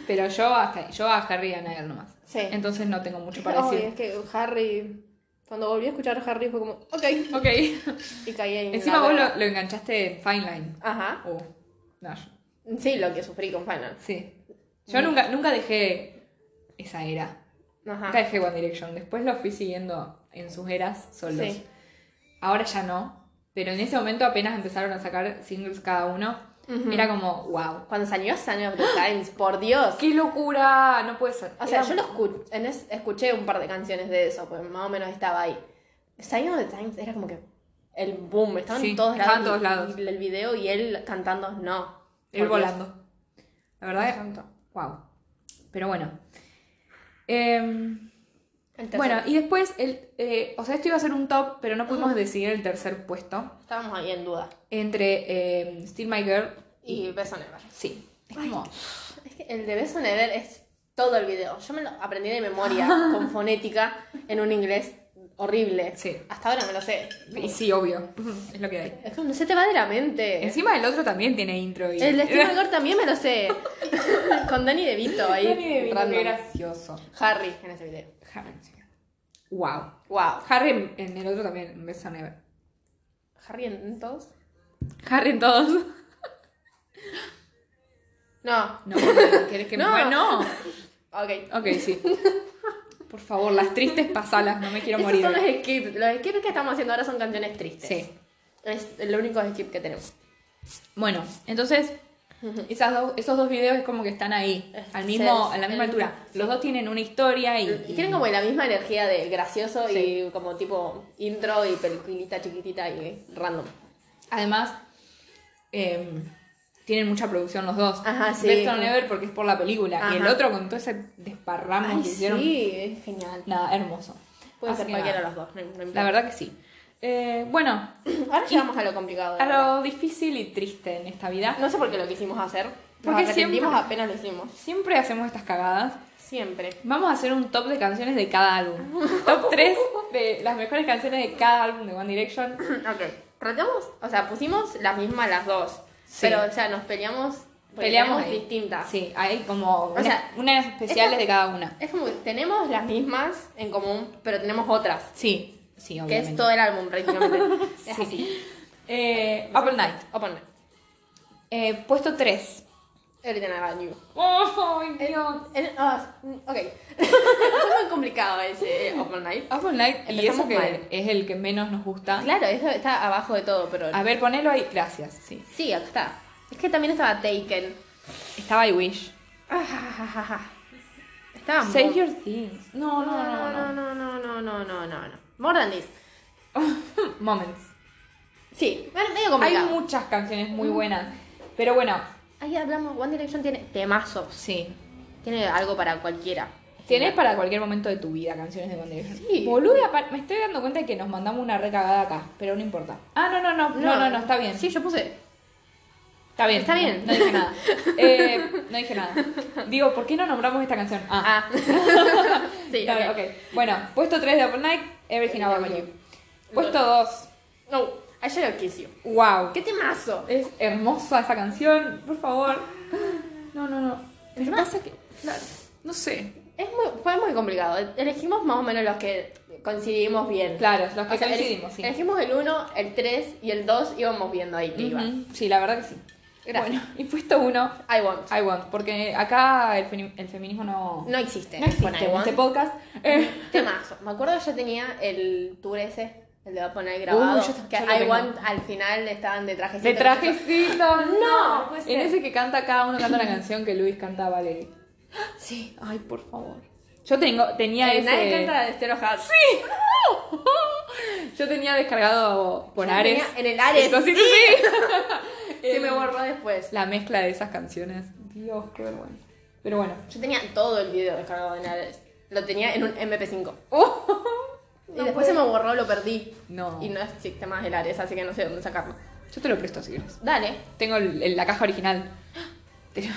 Speaker 1: Pero yo hasta yo a Harry y a Nagel nomás.
Speaker 2: Sí.
Speaker 1: Entonces no tengo mucho para
Speaker 2: Ay,
Speaker 1: decir.
Speaker 2: es que Harry. Cuando volví a escuchar a Harry fue como, ok.
Speaker 1: Ok.
Speaker 2: Y caí en.
Speaker 1: Encima
Speaker 2: la
Speaker 1: vos
Speaker 2: droga.
Speaker 1: lo, lo enganchaste en Fine Line. Uh,
Speaker 2: Ajá.
Speaker 1: O Nash.
Speaker 2: Sí, lo que sufrí con Final.
Speaker 1: Sí. Yo nunca, nunca dejé esa era. Nunca
Speaker 2: Ajá.
Speaker 1: dejé One Direction. Después lo fui siguiendo en sus eras solos.
Speaker 2: Sí.
Speaker 1: Ahora ya no. Pero en ese momento apenas empezaron a sacar singles cada uno.
Speaker 2: Ujú.
Speaker 1: Era como, wow.
Speaker 2: Cuando salió Sign of the Times, por Dios.
Speaker 1: ¡Qué locura! No puede ser.
Speaker 2: O sea,
Speaker 1: Era-
Speaker 2: yo lo escu- en es- escuché un par de canciones de eso, pues más o menos estaba ahí. Sign of the Times era como que el boom, estaban
Speaker 1: Sí,
Speaker 2: en todos lados.
Speaker 1: estaban
Speaker 2: y-
Speaker 1: todos lados.
Speaker 2: y el video y él cantando no.
Speaker 1: Él
Speaker 2: Por Dios.
Speaker 1: volando. La verdad,
Speaker 2: Santo.
Speaker 1: wow. Pero bueno. Em,
Speaker 2: El tercero.
Speaker 1: Bueno, y después, el, eh, o sea, esto iba a ser un top, pero no pudimos decidir el tercer puesto
Speaker 2: estábamos ahí en duda.
Speaker 1: entre eh, Still My Girl
Speaker 2: Y Beso Never.
Speaker 1: Sí. Es como.
Speaker 2: Es que el de Beso Never es todo el video. Yo me lo aprendí de memoria, con fonética, en un inglés horrible.
Speaker 1: Sí.
Speaker 2: Hasta ahora me lo sé.
Speaker 1: y sí, obvio. Es lo que hay.
Speaker 2: Es que no se te va de la mente.
Speaker 1: Encima el otro también tiene intro. Y...
Speaker 2: El de Steve McCord también me lo sé. Con Danny DeVito ahí.
Speaker 1: Danny DeVito,
Speaker 2: random.
Speaker 1: qué gracioso.
Speaker 2: Harry en ese video.
Speaker 1: Harry. encima. Wow.
Speaker 2: Wow.
Speaker 1: Harry en- en el otro también, en Best on Ever.
Speaker 2: Harry en en todos.
Speaker 1: Harry en todos.
Speaker 2: No.
Speaker 1: No, ¿querés que me
Speaker 2: No.
Speaker 1: muera? No.
Speaker 2: Ok.
Speaker 1: Ok, sí. Por favor, las tristes pasalas, no me quiero
Speaker 2: Esos
Speaker 1: morir.
Speaker 2: son los skips. Los skips que estamos haciendo ahora son canciones tristes.
Speaker 1: Sí.
Speaker 2: Es el único skip que tenemos.
Speaker 1: Bueno, entonces esas dos- esos dos videos es como que están ahí, al mismo,
Speaker 2: Sí,
Speaker 1: a la misma
Speaker 2: el-
Speaker 1: altura. Los dos tienen una historia y,
Speaker 2: Y tienen como la misma energía de gracioso
Speaker 1: Sí.
Speaker 2: y como tipo intro y peliculita chiquitita y random.
Speaker 1: además eh, tienen mucha producción los dos.
Speaker 2: Ajá, sí.
Speaker 1: Best on Ever porque es por la película y el
Speaker 2: Ajá.
Speaker 1: otro con todo ese desparramo
Speaker 2: Ay,
Speaker 1: que hicieron.
Speaker 2: sí, es genial.
Speaker 1: Nada, hermoso.
Speaker 2: Puede
Speaker 1: Así
Speaker 2: ser
Speaker 1: que
Speaker 2: cualquiera de
Speaker 1: nada,
Speaker 2: los dos, no, no importa.
Speaker 1: La verdad que sí. Eh, bueno,
Speaker 2: Ahora llegamos a lo complicado.
Speaker 1: a lo difícil y triste en esta vida.
Speaker 2: No sé por qué lo quisimos hacer.
Speaker 1: Porque
Speaker 2: Porque arrepentimos
Speaker 1: siempre-
Speaker 2: apenas lo hicimos.
Speaker 1: Siempre hacemos estas cagadas.
Speaker 2: Siempre.
Speaker 1: Vamos a hacer un top de canciones de cada álbum. Top 3 de las mejores canciones de cada álbum de One Direction.
Speaker 2: Ok. Tratamos, o sea, pusimos las mismas las dos.
Speaker 1: Sí.
Speaker 2: Pero, o sea, nos peleamos. porque
Speaker 1: Peleamos
Speaker 2: tenemos
Speaker 1: ahí.
Speaker 2: distintas.
Speaker 1: Sí, hay como
Speaker 2: O sea,
Speaker 1: una- unas especiales
Speaker 2: esta-
Speaker 1: de cada una.
Speaker 2: Es como que tenemos las mismas en común, pero tenemos otras.
Speaker 1: Sí, sí,
Speaker 2: Que
Speaker 1: obviamente.
Speaker 2: es todo el álbum prácticamente. es
Speaker 1: Sí.
Speaker 2: así.
Speaker 1: Eh, Upper Night.
Speaker 2: Open Night.
Speaker 1: Eh, puesto 3.
Speaker 2: Everything about you.
Speaker 1: ¡Oh, Dios!
Speaker 2: En- ah, ok. es muy complicado ese eh, Open Night.
Speaker 1: Upper Night, y eso
Speaker 2: Empezamos
Speaker 1: que
Speaker 2: mal.
Speaker 1: es el que menos nos gusta.
Speaker 2: Claro, eso está abajo de todo, pero.
Speaker 1: A ver, ponelo ahí. Gracias, sí.
Speaker 2: Sí, acá está. Es que también estaba Taken.
Speaker 1: Estaba I Wish.
Speaker 2: Ah, Estaba
Speaker 1: Save
Speaker 2: muy-
Speaker 1: Your Things. No, no, no, no.
Speaker 2: no, no, no, no, no, no, no. More than this.
Speaker 1: Moments.
Speaker 2: Sí, bueno, medio
Speaker 1: Hay
Speaker 2: complicado.
Speaker 1: muchas canciones muy buenas. Pero bueno,
Speaker 2: Ahí hablamos, One Direction tiene temazos.
Speaker 1: sí.
Speaker 2: Tiene algo para cualquiera.
Speaker 1: Tenés para cualquier momento de tu vida canciones de One Direction.
Speaker 2: Sí.
Speaker 1: Boluda, pa- me estoy dando cuenta de que nos mandamos una recagada acá, pero no importa. Ah, no, no, no, no, no, no, está bien.
Speaker 2: Este, Sí, yo puse.
Speaker 1: está bien.
Speaker 2: está bien.
Speaker 1: No, no dije nada. Eh, no dije nada. Digo, ¿por qué no nombramos esta canción? Ah,
Speaker 2: Ah. sí,
Speaker 1: claro,
Speaker 2: ok.
Speaker 1: ok. Bueno, puesto 3 de Open Night, Everything About You. Puesto 2,
Speaker 2: No, I Shall Have Kiss You.
Speaker 1: wow.
Speaker 2: ¡Qué temazo!
Speaker 1: Es hermosa esa canción, por favor. No, no, no. Pero pasa que. claro, no sé.
Speaker 2: Es muy, fue muy complicado. Elegimos más o menos los que coincidimos bien.
Speaker 1: Claro, los que
Speaker 2: O sea, ele-
Speaker 1: coincidimos, sí.
Speaker 2: Elegimos el 1, el 3 y el 2 íbamos viendo ahí que iba.
Speaker 1: Ujú, Sí, la verdad que sí.
Speaker 2: Gracias.
Speaker 1: Bueno, y puesto uno,
Speaker 2: I want.
Speaker 1: I want, porque acá el, femi- el feminismo no,
Speaker 2: No existe.
Speaker 1: no existe
Speaker 2: Con I
Speaker 1: en
Speaker 2: want.
Speaker 1: este podcast. Eh,
Speaker 2: Temazo. Me acuerdo que yo tenía el tour ese, el de va a poner
Speaker 1: Uh,
Speaker 2: grabado.
Speaker 1: yo tam-
Speaker 2: que
Speaker 1: yo lo
Speaker 2: I
Speaker 1: tengo.
Speaker 2: want al final estaban de trajecito.
Speaker 1: de trajecito, no.
Speaker 2: No, puede
Speaker 1: en
Speaker 2: ser.
Speaker 1: ese que canta, cada uno canta una canción que Luis canta a Valerie.
Speaker 2: Sí.
Speaker 1: Ay, por favor. Yo tengo, tenía
Speaker 2: Eh,
Speaker 1: ese.
Speaker 2: Nadie canta de Estero Hub. Sí.
Speaker 1: Yo tenía descargado por Ares.
Speaker 2: En el Ares.
Speaker 1: Entonces, eh. sí.
Speaker 2: Se me
Speaker 1: El-
Speaker 2: borró después.
Speaker 1: La mezcla de esas canciones. Dios, qué vergüenza. Pero bueno.
Speaker 2: Yo tenía todo el video descargado en Ares. Lo tenía en un MP5. y
Speaker 1: No
Speaker 2: después se me borró, lo perdí.
Speaker 1: No.
Speaker 2: Y no existe más el Ares, así que no sé dónde sacarlo.
Speaker 1: Yo te lo presto si quieres.
Speaker 2: Dale.
Speaker 1: Tengo el- el- la caja original. Te lo,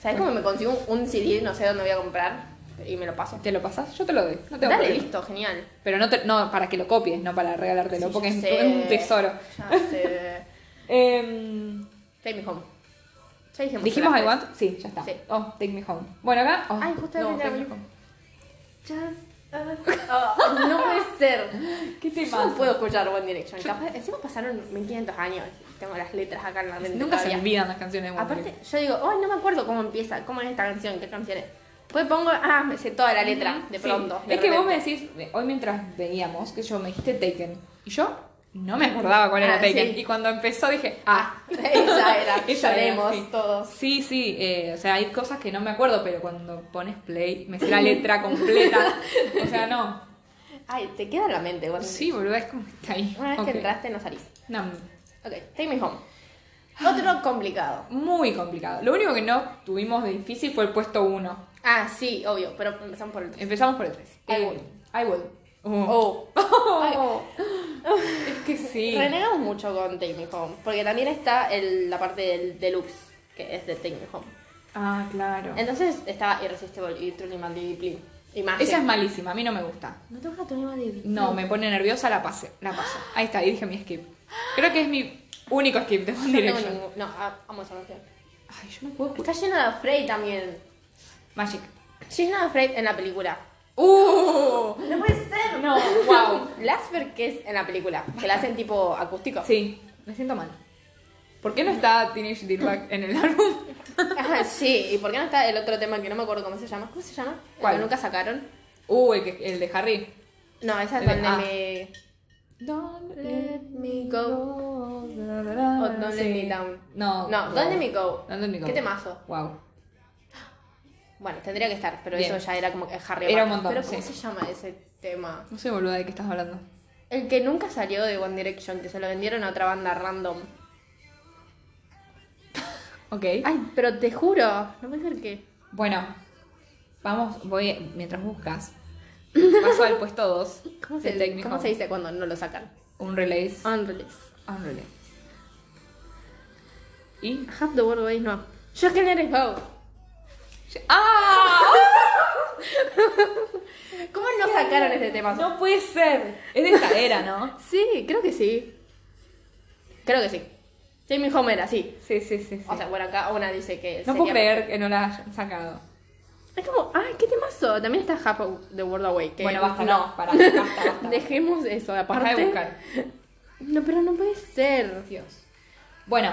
Speaker 2: ¿Sabes cómo me consigo un un CD? No sé dónde voy a comprar. Y me lo paso.
Speaker 1: ¿te lo pasas? Yo te lo doy. No tengo
Speaker 2: Dale,
Speaker 1: problema.
Speaker 2: listo, genial.
Speaker 1: Pero no, te- no para que lo copies, no para regalártelo,
Speaker 2: Sí,
Speaker 1: porque
Speaker 2: ya
Speaker 1: es,
Speaker 2: sé.
Speaker 1: es un tesoro.
Speaker 2: Ya sé.
Speaker 1: Em,
Speaker 2: Take me home. Ya dijimos.
Speaker 1: ¿Dijimos
Speaker 2: las
Speaker 1: I
Speaker 2: tres.
Speaker 1: want? Sí, ya está.
Speaker 2: Sí.
Speaker 1: Oh, take me home. Bueno, acá. oh,
Speaker 2: Ay, justo
Speaker 1: no,
Speaker 2: ahora
Speaker 1: Take
Speaker 2: la
Speaker 1: Me
Speaker 2: vi.
Speaker 1: Home.
Speaker 2: Just us. Oh, no puede ser.
Speaker 1: ¿Qué te
Speaker 2: Yo no
Speaker 1: pasa?
Speaker 2: puedo escuchar One Direction. Capaz, encima pasaron 1500 años. Tengo las letras acá en la mente.
Speaker 1: Nunca se
Speaker 2: todavía.
Speaker 1: me olvidan las canciones de One
Speaker 2: Aparte,
Speaker 1: Direction.
Speaker 2: yo digo, ay, no me acuerdo cómo empieza, cómo es esta canción, qué canción es. Pues pongo, ah, me sé toda la letra, de
Speaker 1: Sí.
Speaker 2: pronto. de
Speaker 1: Es que vos me
Speaker 2: repente.
Speaker 1: decís, hoy mientras veíamos, que yo me dijiste Taken. Y yo no me acordaba cuál era
Speaker 2: Ah,
Speaker 1: Taken.
Speaker 2: sí.
Speaker 1: Y cuando empezó dije, ah,
Speaker 2: Ah, esa era,
Speaker 1: Esa era,
Speaker 2: lloremos
Speaker 1: sí.
Speaker 2: todos.
Speaker 1: Sí, sí, eh, o sea, hay cosas que no me acuerdo, pero cuando pones play, me sé la letra completa. O sea, no.
Speaker 2: Ay, te queda en la mente, cuando-
Speaker 1: Sí, boludo, es como que está ahí.
Speaker 2: Una vez
Speaker 1: Ok.
Speaker 2: que entraste, no salís.
Speaker 1: No,
Speaker 2: Ok, take me home. Otro complicado.
Speaker 1: muy complicado. Lo único que no tuvimos de difícil fue el puesto 1.
Speaker 2: Ah, sí, obvio, pero empezamos por el tres.
Speaker 1: Empezamos por el 3.
Speaker 2: I will.
Speaker 1: I will. Oh.
Speaker 2: Oh. Oh.
Speaker 1: Es que sí.
Speaker 2: Renegamos mucho con Take Me Home, porque también está el- la parte del deluxe, que es de Take Me Home.
Speaker 1: Ah, claro.
Speaker 2: Entonces está Irresistible y Truly Madly Deeply. Y más.
Speaker 1: Esa es malísima, a mí no me gusta.
Speaker 2: ¿No te gusta Truly Madly Deeply?
Speaker 1: No, me pone nerviosa, la pasé. La paso. Ahí está, ahí dije mi skip. Creo que es mi único skip de One
Speaker 2: No tengo
Speaker 1: Direction.
Speaker 2: ningún... No, ah, amo esa canción.
Speaker 1: Ay, yo no puedo escuchar.
Speaker 2: Está llena de Frey también.
Speaker 1: Magic.
Speaker 2: Llena de Frey en la película.
Speaker 1: Uh,
Speaker 2: No puede ser.
Speaker 1: no, wow.
Speaker 2: Lasper que es en la película, que la hacen tipo acústico.
Speaker 1: Sí, me siento mal. ¿Por qué no está Teenage Dirtbag en el álbum?
Speaker 2: Ajá, sí. ¿Y por qué no está el otro tema que no me acuerdo cómo se llama? ¿Cómo se llama? El
Speaker 1: ¿Cuál?
Speaker 2: que nunca sacaron.
Speaker 1: Uh, el, que- el de Harry.
Speaker 2: No, esa es
Speaker 1: El de-
Speaker 2: donde
Speaker 1: ah.
Speaker 2: me...
Speaker 1: Don't
Speaker 2: let me
Speaker 1: go.
Speaker 2: O Oh, Don't Let Me Down.
Speaker 1: No.
Speaker 2: No, ¿dónde me go?
Speaker 1: ¿Dónde me go?
Speaker 2: ¿Qué temazo?
Speaker 1: Wow.
Speaker 2: Bueno, tendría que estar, pero
Speaker 1: Bien.
Speaker 2: eso ya era como que Harry
Speaker 1: Era un
Speaker 2: Potter.
Speaker 1: montón,
Speaker 2: Pero ¿cómo
Speaker 1: sí.
Speaker 2: se llama ese tema?
Speaker 1: No sé, boluda, de qué estás hablando.
Speaker 2: El que nunca salió de One Direction, que se lo vendieron a otra banda random.
Speaker 1: Ok.
Speaker 2: Ay, pero te juro, no puede ser que.
Speaker 1: Bueno, vamos, voy mientras buscas. Paso al puesto 2.
Speaker 2: ¿Cómo se, ¿cómo se dice Ah. cuando no lo sacan?
Speaker 1: Un release.
Speaker 2: Unrelease.
Speaker 1: Un release. Y.
Speaker 2: Half the world ways no. Yo Oh. can let it go.
Speaker 1: ¡Ah!
Speaker 2: ¿Cómo no sacaron este tema?
Speaker 1: No puede ser. Es de esta era, ¿no?
Speaker 2: Sí, creo que sí. Creo que sí. Jamie Home era sí.
Speaker 1: Sí, sí, sí. sí.
Speaker 2: O sea, bueno, acá una dice que.
Speaker 1: no
Speaker 2: sería-
Speaker 1: puedo creer que no la hayan sacado.
Speaker 2: Es como, ay, qué temazo. También está Half of the World Away. que-
Speaker 1: Bueno, basta, no, para, basta, basta.
Speaker 2: Dejemos eso aparte.
Speaker 1: Para de buscar.
Speaker 2: No, pero no puede ser.
Speaker 1: Dios. Bueno,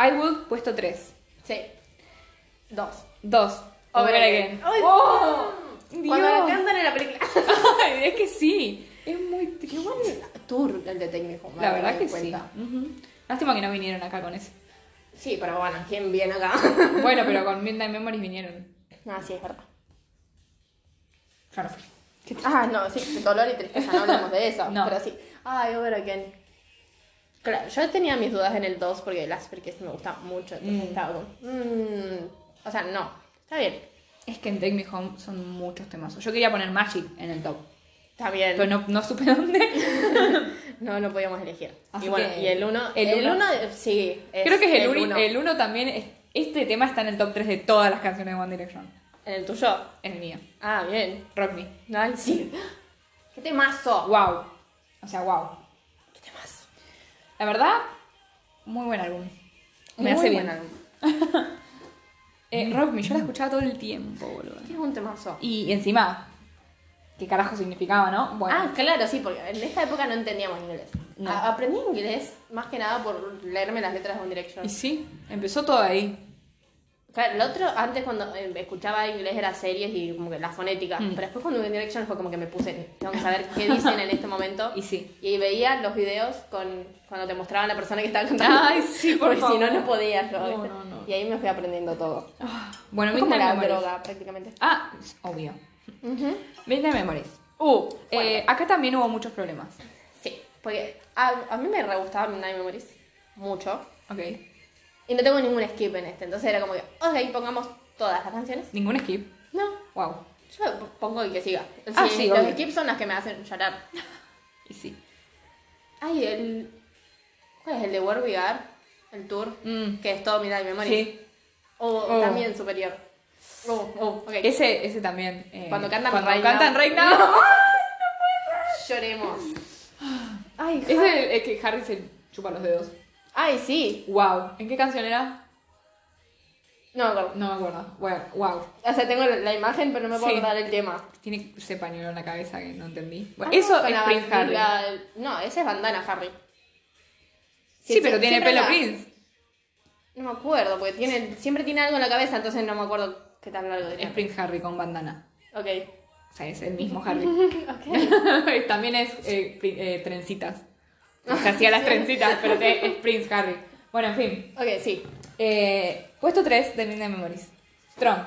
Speaker 1: I would puesto 3.
Speaker 2: Sí. Dos.
Speaker 1: 2.
Speaker 2: Over again. Ay,
Speaker 1: ¡Oh!
Speaker 2: Dios.
Speaker 1: Dios.
Speaker 2: Cuando la cantan en la película.
Speaker 1: Ay, es que sí. Es muy triste.
Speaker 2: Tour el de Technic Home.
Speaker 1: La verdad
Speaker 2: me
Speaker 1: que
Speaker 2: di
Speaker 1: sí.
Speaker 2: cuenta.
Speaker 1: Ujú. Lástima que no vinieron acá con ese.
Speaker 2: Sí, pero bueno, ¿quién viene acá?
Speaker 1: Bueno, pero con Midnight Memories vinieron.
Speaker 2: ah, sí, es verdad.
Speaker 1: Yo no fui.
Speaker 2: Ah, no, sí, dolor y tristeza, no hablemos de eso.
Speaker 1: No.
Speaker 2: Pero sí. Ay, over again. Claro, yo tenía mis dudas en el 2 porque el Asper que este me gusta mucho. Entonces
Speaker 1: Mm.
Speaker 2: estaba como. mm, o sea, no. Está bien.
Speaker 1: Es que en Take Me Home son muchos temas. Yo quería poner Magic en el top,
Speaker 2: Está bien.
Speaker 1: pero no, no supe dónde.
Speaker 2: No, no podíamos elegir.
Speaker 1: Así
Speaker 2: y bueno,
Speaker 1: que-
Speaker 2: y el 1.
Speaker 1: el
Speaker 2: El
Speaker 1: uno-
Speaker 2: 1, sí.
Speaker 1: Creo que es el
Speaker 2: uno.
Speaker 1: uni- el uno también. es- este tema está en el top 3 de todas las canciones de One Direction.
Speaker 2: En el tuyo.
Speaker 1: Es el mío.
Speaker 2: Ah, bien.
Speaker 1: Rock Me.
Speaker 2: Ay, sí. ¿Qué temazo?
Speaker 1: Wow. O sea, wow.
Speaker 2: ¿Qué temazo?
Speaker 1: La verdad, muy buen álbum. Me hace bien. Eh, Rock Me, yo la escuchaba todo el tiempo, boludo.
Speaker 2: ¿Qué es un temazo?
Speaker 1: Y encima, ¿qué carajo significaba, no? Bueno,
Speaker 2: Ah, claro, sí, porque en esta época no entendíamos inglés.
Speaker 1: No.
Speaker 2: A- aprendí inglés más que nada por leerme las letras de One Direction.
Speaker 1: y sí, empezó todo ahí.
Speaker 2: Claro, el otro, antes cuando eh, escuchaba inglés era series y como que la fonética.
Speaker 1: Mm.
Speaker 2: Pero después cuando One Direction fue como que me puse, tengo que saber qué dicen en este momento.
Speaker 1: Y sí.
Speaker 2: Y veía los videos con cuando te mostraban la persona que estaba cantando.
Speaker 1: Ay, sí, por
Speaker 2: Porque si no,
Speaker 1: favor.
Speaker 2: no podías. ¿no?
Speaker 1: No,
Speaker 2: ¿Viste?
Speaker 1: no, no.
Speaker 2: Y ahí me fui aprendiendo todo.
Speaker 1: Bueno,
Speaker 2: Ah. Es como
Speaker 1: Midnight
Speaker 2: la
Speaker 1: Memories.
Speaker 2: droga, prácticamente.
Speaker 1: Ah, es obvio. Midnight Memories.
Speaker 2: Uh,
Speaker 1: Eh, acá también hubo muchos problemas.
Speaker 2: Sí, porque a, a mí me re gustaba Midnight Memories mucho.
Speaker 1: Ok.
Speaker 2: Y no tengo ningún skip en este. Entonces era como que, ok, pongamos todas las canciones.
Speaker 1: Ningún skip.
Speaker 2: No,
Speaker 1: Wow.
Speaker 2: yo p- pongo y que siga.
Speaker 1: Ah,
Speaker 2: Sí,
Speaker 1: sí,
Speaker 2: los
Speaker 1: obvio.
Speaker 2: skips son las que me hacen llorar.
Speaker 1: Y sí.
Speaker 2: Ay, el. ¿Cuál es el de Where We Are? El tour.
Speaker 1: Mm.
Speaker 2: Que es todo Midnight Memories.
Speaker 1: Sí.
Speaker 2: O
Speaker 1: Oh.
Speaker 2: también superior. Oh, oh, ok.
Speaker 1: Ese, ese también. eh,
Speaker 2: Cuando cantan
Speaker 1: cuando
Speaker 2: Right
Speaker 1: cantan
Speaker 2: Now.
Speaker 1: Right Now.
Speaker 2: Lloremos. Ay,
Speaker 1: Ese es el que Harry se chupa los dedos.
Speaker 2: Ay, sí.
Speaker 1: Wow. ¿En qué canción era?
Speaker 2: No me acuerdo.
Speaker 1: No me acuerdo. Bueno, wow.
Speaker 2: O sea, tengo la, la imagen, pero no me puedo
Speaker 1: Sí.
Speaker 2: acordar el tema.
Speaker 1: Tiene ese pañuelo en la cabeza que no entendí. Bueno,
Speaker 2: Ah, no,
Speaker 1: eso
Speaker 2: con
Speaker 1: es
Speaker 2: la
Speaker 1: Prince Harry.
Speaker 2: bandana- No, ese es bandana Harry.
Speaker 1: Sí,
Speaker 2: Sie-
Speaker 1: pero
Speaker 2: sie-
Speaker 1: tiene
Speaker 2: siempre
Speaker 1: pelo
Speaker 2: la-
Speaker 1: Prince.
Speaker 2: No me acuerdo, porque tiene, siempre tiene algo en la cabeza, entonces no me acuerdo qué tan largo
Speaker 1: Es
Speaker 2: tiene.
Speaker 1: Prince Harry con bandana.
Speaker 2: Ok.
Speaker 1: O sea, es el mismo Harry.
Speaker 2: ok.
Speaker 1: También es eh, pri- eh, trencitas. Se hacía las trencitas, pero te- es Prince Harry. Bueno, en fin.
Speaker 2: Ok, sí.
Speaker 1: Eh, puesto 3 de Linda Memories. Strong.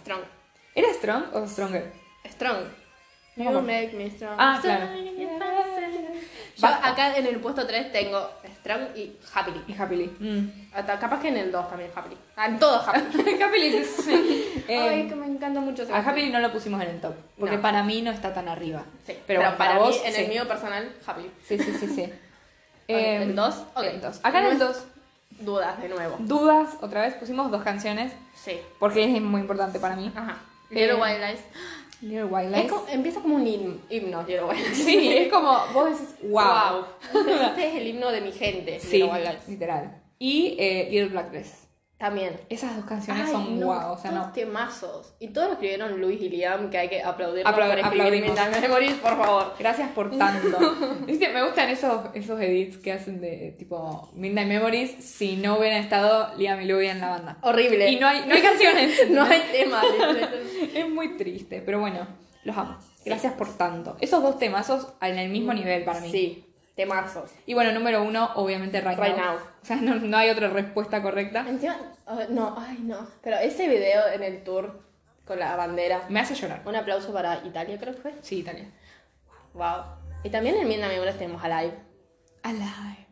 Speaker 2: Strong.
Speaker 1: ¿Era Strong o Stronger?
Speaker 2: Strong.
Speaker 1: No me
Speaker 2: You
Speaker 1: acuerdo.
Speaker 2: make me strong.
Speaker 1: Ah, claro.
Speaker 2: Yo
Speaker 1: Basta.
Speaker 2: acá en el puesto 3 tengo Strong y Happily.
Speaker 1: Y Happily. Mm.
Speaker 2: Hasta capaz que en el 2 también Happily. Ah, en todo Happily. Em,
Speaker 1: Happily. sí. Eh,
Speaker 2: Ay, que me encanta mucho ese
Speaker 1: a
Speaker 2: capítulo.
Speaker 1: Happily no lo pusimos en el top. Porque
Speaker 2: No.
Speaker 1: para mí no está tan arriba.
Speaker 2: Sí,
Speaker 1: pero, bueno, para,
Speaker 2: para
Speaker 1: vos.
Speaker 2: mí, en
Speaker 1: sí.
Speaker 2: el mío personal, Happily.
Speaker 1: Sí, sí, sí. sí.
Speaker 2: Ok,
Speaker 1: Em,
Speaker 2: ¿El 2? Ok,
Speaker 1: el dos. Acá en el 2,
Speaker 2: Dudas de nuevo.
Speaker 1: dudas, otra vez pusimos dos canciones.
Speaker 2: Sí.
Speaker 1: Porque es muy importante para mí.
Speaker 2: Ajá. Little
Speaker 1: Eh,
Speaker 2: White Lies.
Speaker 1: Little White
Speaker 2: Es
Speaker 1: Lies.
Speaker 2: como- empieza como un himno, himno Little White Lies.
Speaker 1: Sí, es como, vos decís, wow.
Speaker 2: este es el himno de mi gente.
Speaker 1: Sí,
Speaker 2: Little White Lies.
Speaker 1: literal. Y eh, Little Black Dress.
Speaker 2: También.
Speaker 1: Esas dos canciones
Speaker 2: Ay,
Speaker 1: son
Speaker 2: no,
Speaker 1: wow, o sea,
Speaker 2: todos
Speaker 1: no.
Speaker 2: temazos. Y todos lo escribieron Luis y Liam, que hay que aplaudir
Speaker 1: Aplau-
Speaker 2: por escribir
Speaker 1: aplaudimos.
Speaker 2: mientras me morís, por favor.
Speaker 1: Gracias por tanto. Viste, Me gustan esos, esos edits que hacen de tipo Midnight Memories si no hubieran estado Liam y Louie en la banda.
Speaker 2: Horrible.
Speaker 1: Y no hay, no hay canciones.
Speaker 2: No hay tema. literal.
Speaker 1: Es muy triste, pero bueno, los amo. Gracias por tanto. Esos dos temazos en el mismo nivel para mí.
Speaker 2: Sí, temazos.
Speaker 1: Y bueno, número uno, obviamente Right,
Speaker 2: Right
Speaker 1: now.
Speaker 2: Now.
Speaker 1: O sea, no, no hay otra respuesta correcta.
Speaker 2: Encima, ah, no, ay no. Pero ese video en el tour con la bandera.
Speaker 1: Me hace llorar.
Speaker 2: Un aplauso para Italia, creo que fue.
Speaker 1: Sí, Italia.
Speaker 2: Wow. Y también en Midnight Memories tenemos a Live.
Speaker 1: Alive.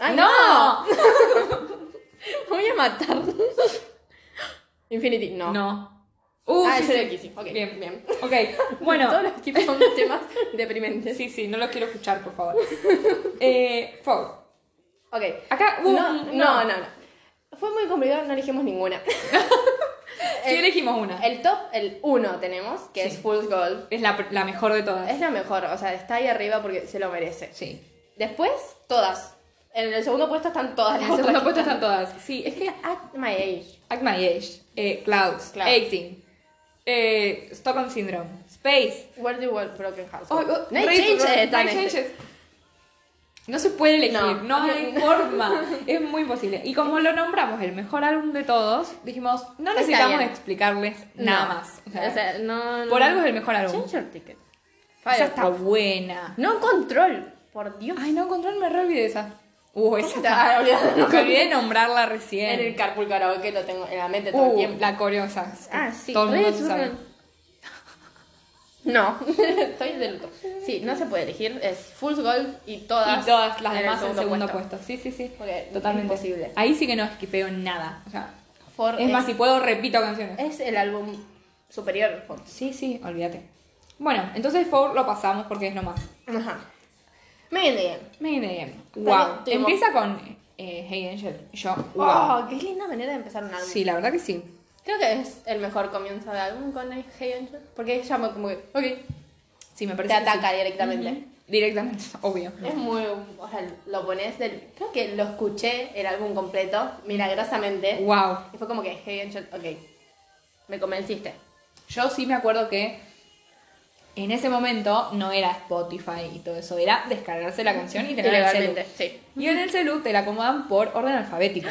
Speaker 2: ¡Ay,
Speaker 1: Ah, ¡No!
Speaker 2: Me voy a matar. Infinity, no.
Speaker 1: No. Uh,
Speaker 2: ah,
Speaker 1: sí,
Speaker 2: yo
Speaker 1: sí.
Speaker 2: le quise. Ok,
Speaker 1: Bien.
Speaker 2: bien. bien.
Speaker 1: Ok,
Speaker 2: Todos
Speaker 1: bueno.
Speaker 2: los equipos son temas deprimentes.
Speaker 1: Sí, sí, no los quiero escuchar, por favor. Eh, Fog.
Speaker 2: Ok.
Speaker 1: Acá, uh,
Speaker 2: No, no, no, no. Fue muy complicado, no elegimos ninguna.
Speaker 1: Sí elegimos una.
Speaker 2: El top, el uno tenemos, que
Speaker 1: Sí.
Speaker 2: es Fool's Gold.
Speaker 1: Es la, la mejor de todas.
Speaker 2: Es la mejor, o sea, está ahí arriba porque se lo merece.
Speaker 1: Sí.
Speaker 2: Después, todas. En el segundo puesto están todas las
Speaker 1: Las segunda
Speaker 2: otras.
Speaker 1: puesta están todas. Sí,
Speaker 2: Es que at my age.
Speaker 1: At My Age, eh, Clouds,
Speaker 2: Clouds.
Speaker 1: 18, eh, Stockholm Syndrome, Space.
Speaker 2: Where do you want broken house?
Speaker 1: Oh, oh,
Speaker 2: no hay
Speaker 1: Rachel,
Speaker 2: changes,
Speaker 1: no
Speaker 2: está
Speaker 1: hay
Speaker 2: en este.
Speaker 1: changes. No se puede elegir, no,
Speaker 2: No.
Speaker 1: hay forma, es muy imposible. Y como lo nombramos el mejor álbum de todos, dijimos, no
Speaker 2: Está
Speaker 1: necesitamos
Speaker 2: bien.
Speaker 1: explicarles nada
Speaker 2: No.
Speaker 1: más. O sea,
Speaker 2: O sea, no, no.
Speaker 1: por algo es el mejor álbum.
Speaker 2: Change your ticket.
Speaker 1: Esa está buena.
Speaker 2: No control, por Dios.
Speaker 1: Ay, no, control, me re olvidé de esa. Uh, esa está...
Speaker 2: Está- Ah,
Speaker 1: Me olvidé de nombrarla
Speaker 2: En
Speaker 1: recién.
Speaker 2: el carpool karaoke lo tengo en la mente todo el
Speaker 1: Uh,
Speaker 2: tiempo.
Speaker 1: la coreosa.
Speaker 2: Ah, sí.
Speaker 1: Todo el mundo
Speaker 2: Red
Speaker 1: se sabe.
Speaker 2: Bull. No, estoy de luto. Sí, no se puede elegir. Es Fool's Gold y todas,
Speaker 1: y todas las
Speaker 2: en el
Speaker 1: demás en segundo puesto. Sí, sí, sí.
Speaker 2: Porque
Speaker 1: Totalmente.
Speaker 2: es imposible.
Speaker 1: Ahí sí que no esquipeo nada. O sea,
Speaker 2: For
Speaker 1: es más, si puedo, repito canciones.
Speaker 2: es el álbum superior. de Four.
Speaker 1: Sí, sí, olvídate. Bueno, entonces Four lo pasamos porque es lo más.
Speaker 2: Ajá. Me bien.
Speaker 1: Made in the End.
Speaker 2: Pero
Speaker 1: Wow.
Speaker 2: te digo-
Speaker 1: Empieza con eh, Hey Angel. Yo, wow.
Speaker 2: Wow, Oh, qué linda manera de empezar un álbum.
Speaker 1: Sí, la verdad que sí.
Speaker 2: Creo que es el mejor comienzo de álbum con el Hey Angel. Porque ella me como que, ok,
Speaker 1: Sí, me
Speaker 2: te
Speaker 1: parece. que sí.
Speaker 2: ataca directamente.
Speaker 1: Directamente, obvio.
Speaker 2: Es muy. O sea, lo pones del. Creo que lo escuché el álbum completo, milagrosamente.
Speaker 1: Wow.
Speaker 2: Y fue como que Heavy Angel, ok. Me convenciste.
Speaker 1: Yo sí me acuerdo que en ese momento no era Spotify y todo eso, era descargarse la canción y tenerla en el celu.
Speaker 2: Ilegalmente, sí.
Speaker 1: Y en el celu te la acomodan por orden alfabético.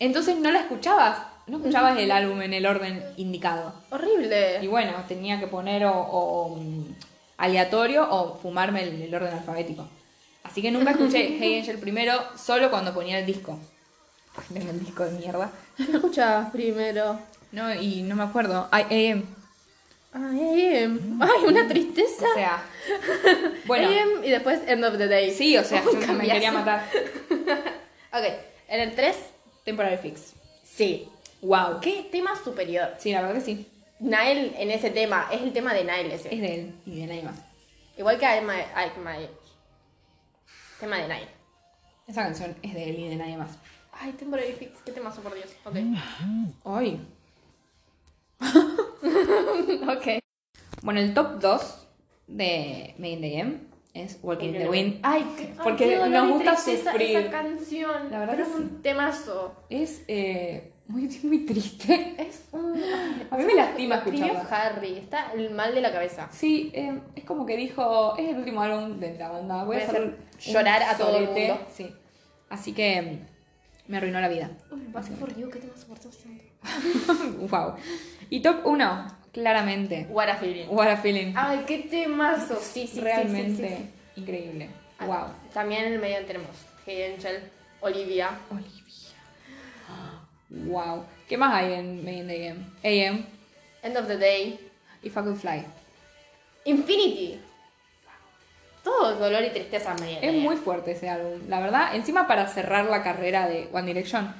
Speaker 1: Entonces no la escuchabas, no escuchabas el álbum en el orden indicado. Y
Speaker 2: Horrible.
Speaker 1: bueno, tenía que poner o, o, mm, aleatorio o fumarme el, el orden alfabético. Así que nunca escuché Hey Angel primero, solo cuando ponía el disco. Porque Tengo el disco de mierda.
Speaker 2: ¿Qué escuchabas primero?
Speaker 1: No, y no me acuerdo. I AM.
Speaker 2: Ay, AM. Ay, una tristeza.
Speaker 1: O sea. Bueno,
Speaker 2: AM y después End of the Day.
Speaker 1: sí, o sea, yo me
Speaker 2: Cambiazo.
Speaker 1: quería matar.
Speaker 2: Ok, en el 3,
Speaker 1: Temporary Fix.
Speaker 2: sí.
Speaker 1: Wow.
Speaker 2: ¿Qué tema superior?
Speaker 1: Sí, la verdad que sí.
Speaker 2: Nile en ese tema, es el tema de Nile ese.
Speaker 1: Es de él y de nadie más.
Speaker 2: Igual que I My, I My- Tema de Nile.
Speaker 1: Esa canción es de él y de nadie más.
Speaker 2: Ay, Temporary Fix, qué temazo, por Dios. Ok.
Speaker 1: Mm. Ay.
Speaker 2: ok.
Speaker 1: Bueno, el top 2 de Made in the Game es Walking in the Wind.
Speaker 2: Ay, qué- ay,
Speaker 1: Porque
Speaker 2: qué dolor
Speaker 1: nos
Speaker 2: y
Speaker 1: gusta
Speaker 2: tristeza
Speaker 1: sufrir.
Speaker 2: Esa canción.
Speaker 1: La verdad
Speaker 2: Pero
Speaker 1: que
Speaker 2: es un temazo.
Speaker 1: Es eh, muy, muy triste.
Speaker 2: Es un.
Speaker 1: A mí me lastima
Speaker 2: Escribió
Speaker 1: escucharla.
Speaker 2: Harry, está el mal de la cabeza.
Speaker 1: Sí, eh, es como que dijo, es el último álbum de la banda, voy,
Speaker 2: Voy
Speaker 1: a
Speaker 2: a
Speaker 1: hacer
Speaker 2: hacer
Speaker 1: un
Speaker 2: llorar a todo el
Speaker 1: sorete.
Speaker 2: mundo.
Speaker 1: Sí. Así que mm, me arruinó la vida.
Speaker 2: Uy, vas por Dios, qué temazo por Dios santo.
Speaker 1: wow. Y top 1, claramente.
Speaker 2: What a feeling.
Speaker 1: What a feeling.
Speaker 2: Ay, qué temazo. Ah, Sí, sí, sí,
Speaker 1: Realmente
Speaker 2: sí, sí, Ah.
Speaker 1: increíble.
Speaker 2: sí.
Speaker 1: Wow.
Speaker 2: También en el medio tenemos Hey Angel, Olivia.
Speaker 1: Olivia. Wow. ¿Qué más hay en Made in the Game? AM
Speaker 2: End of the Day.
Speaker 1: y Fuck and Fly.
Speaker 2: Infinity. Todo dolor y tristeza me
Speaker 1: Es muy fuerte ese álbum. La verdad, encima para cerrar la carrera de One Direction.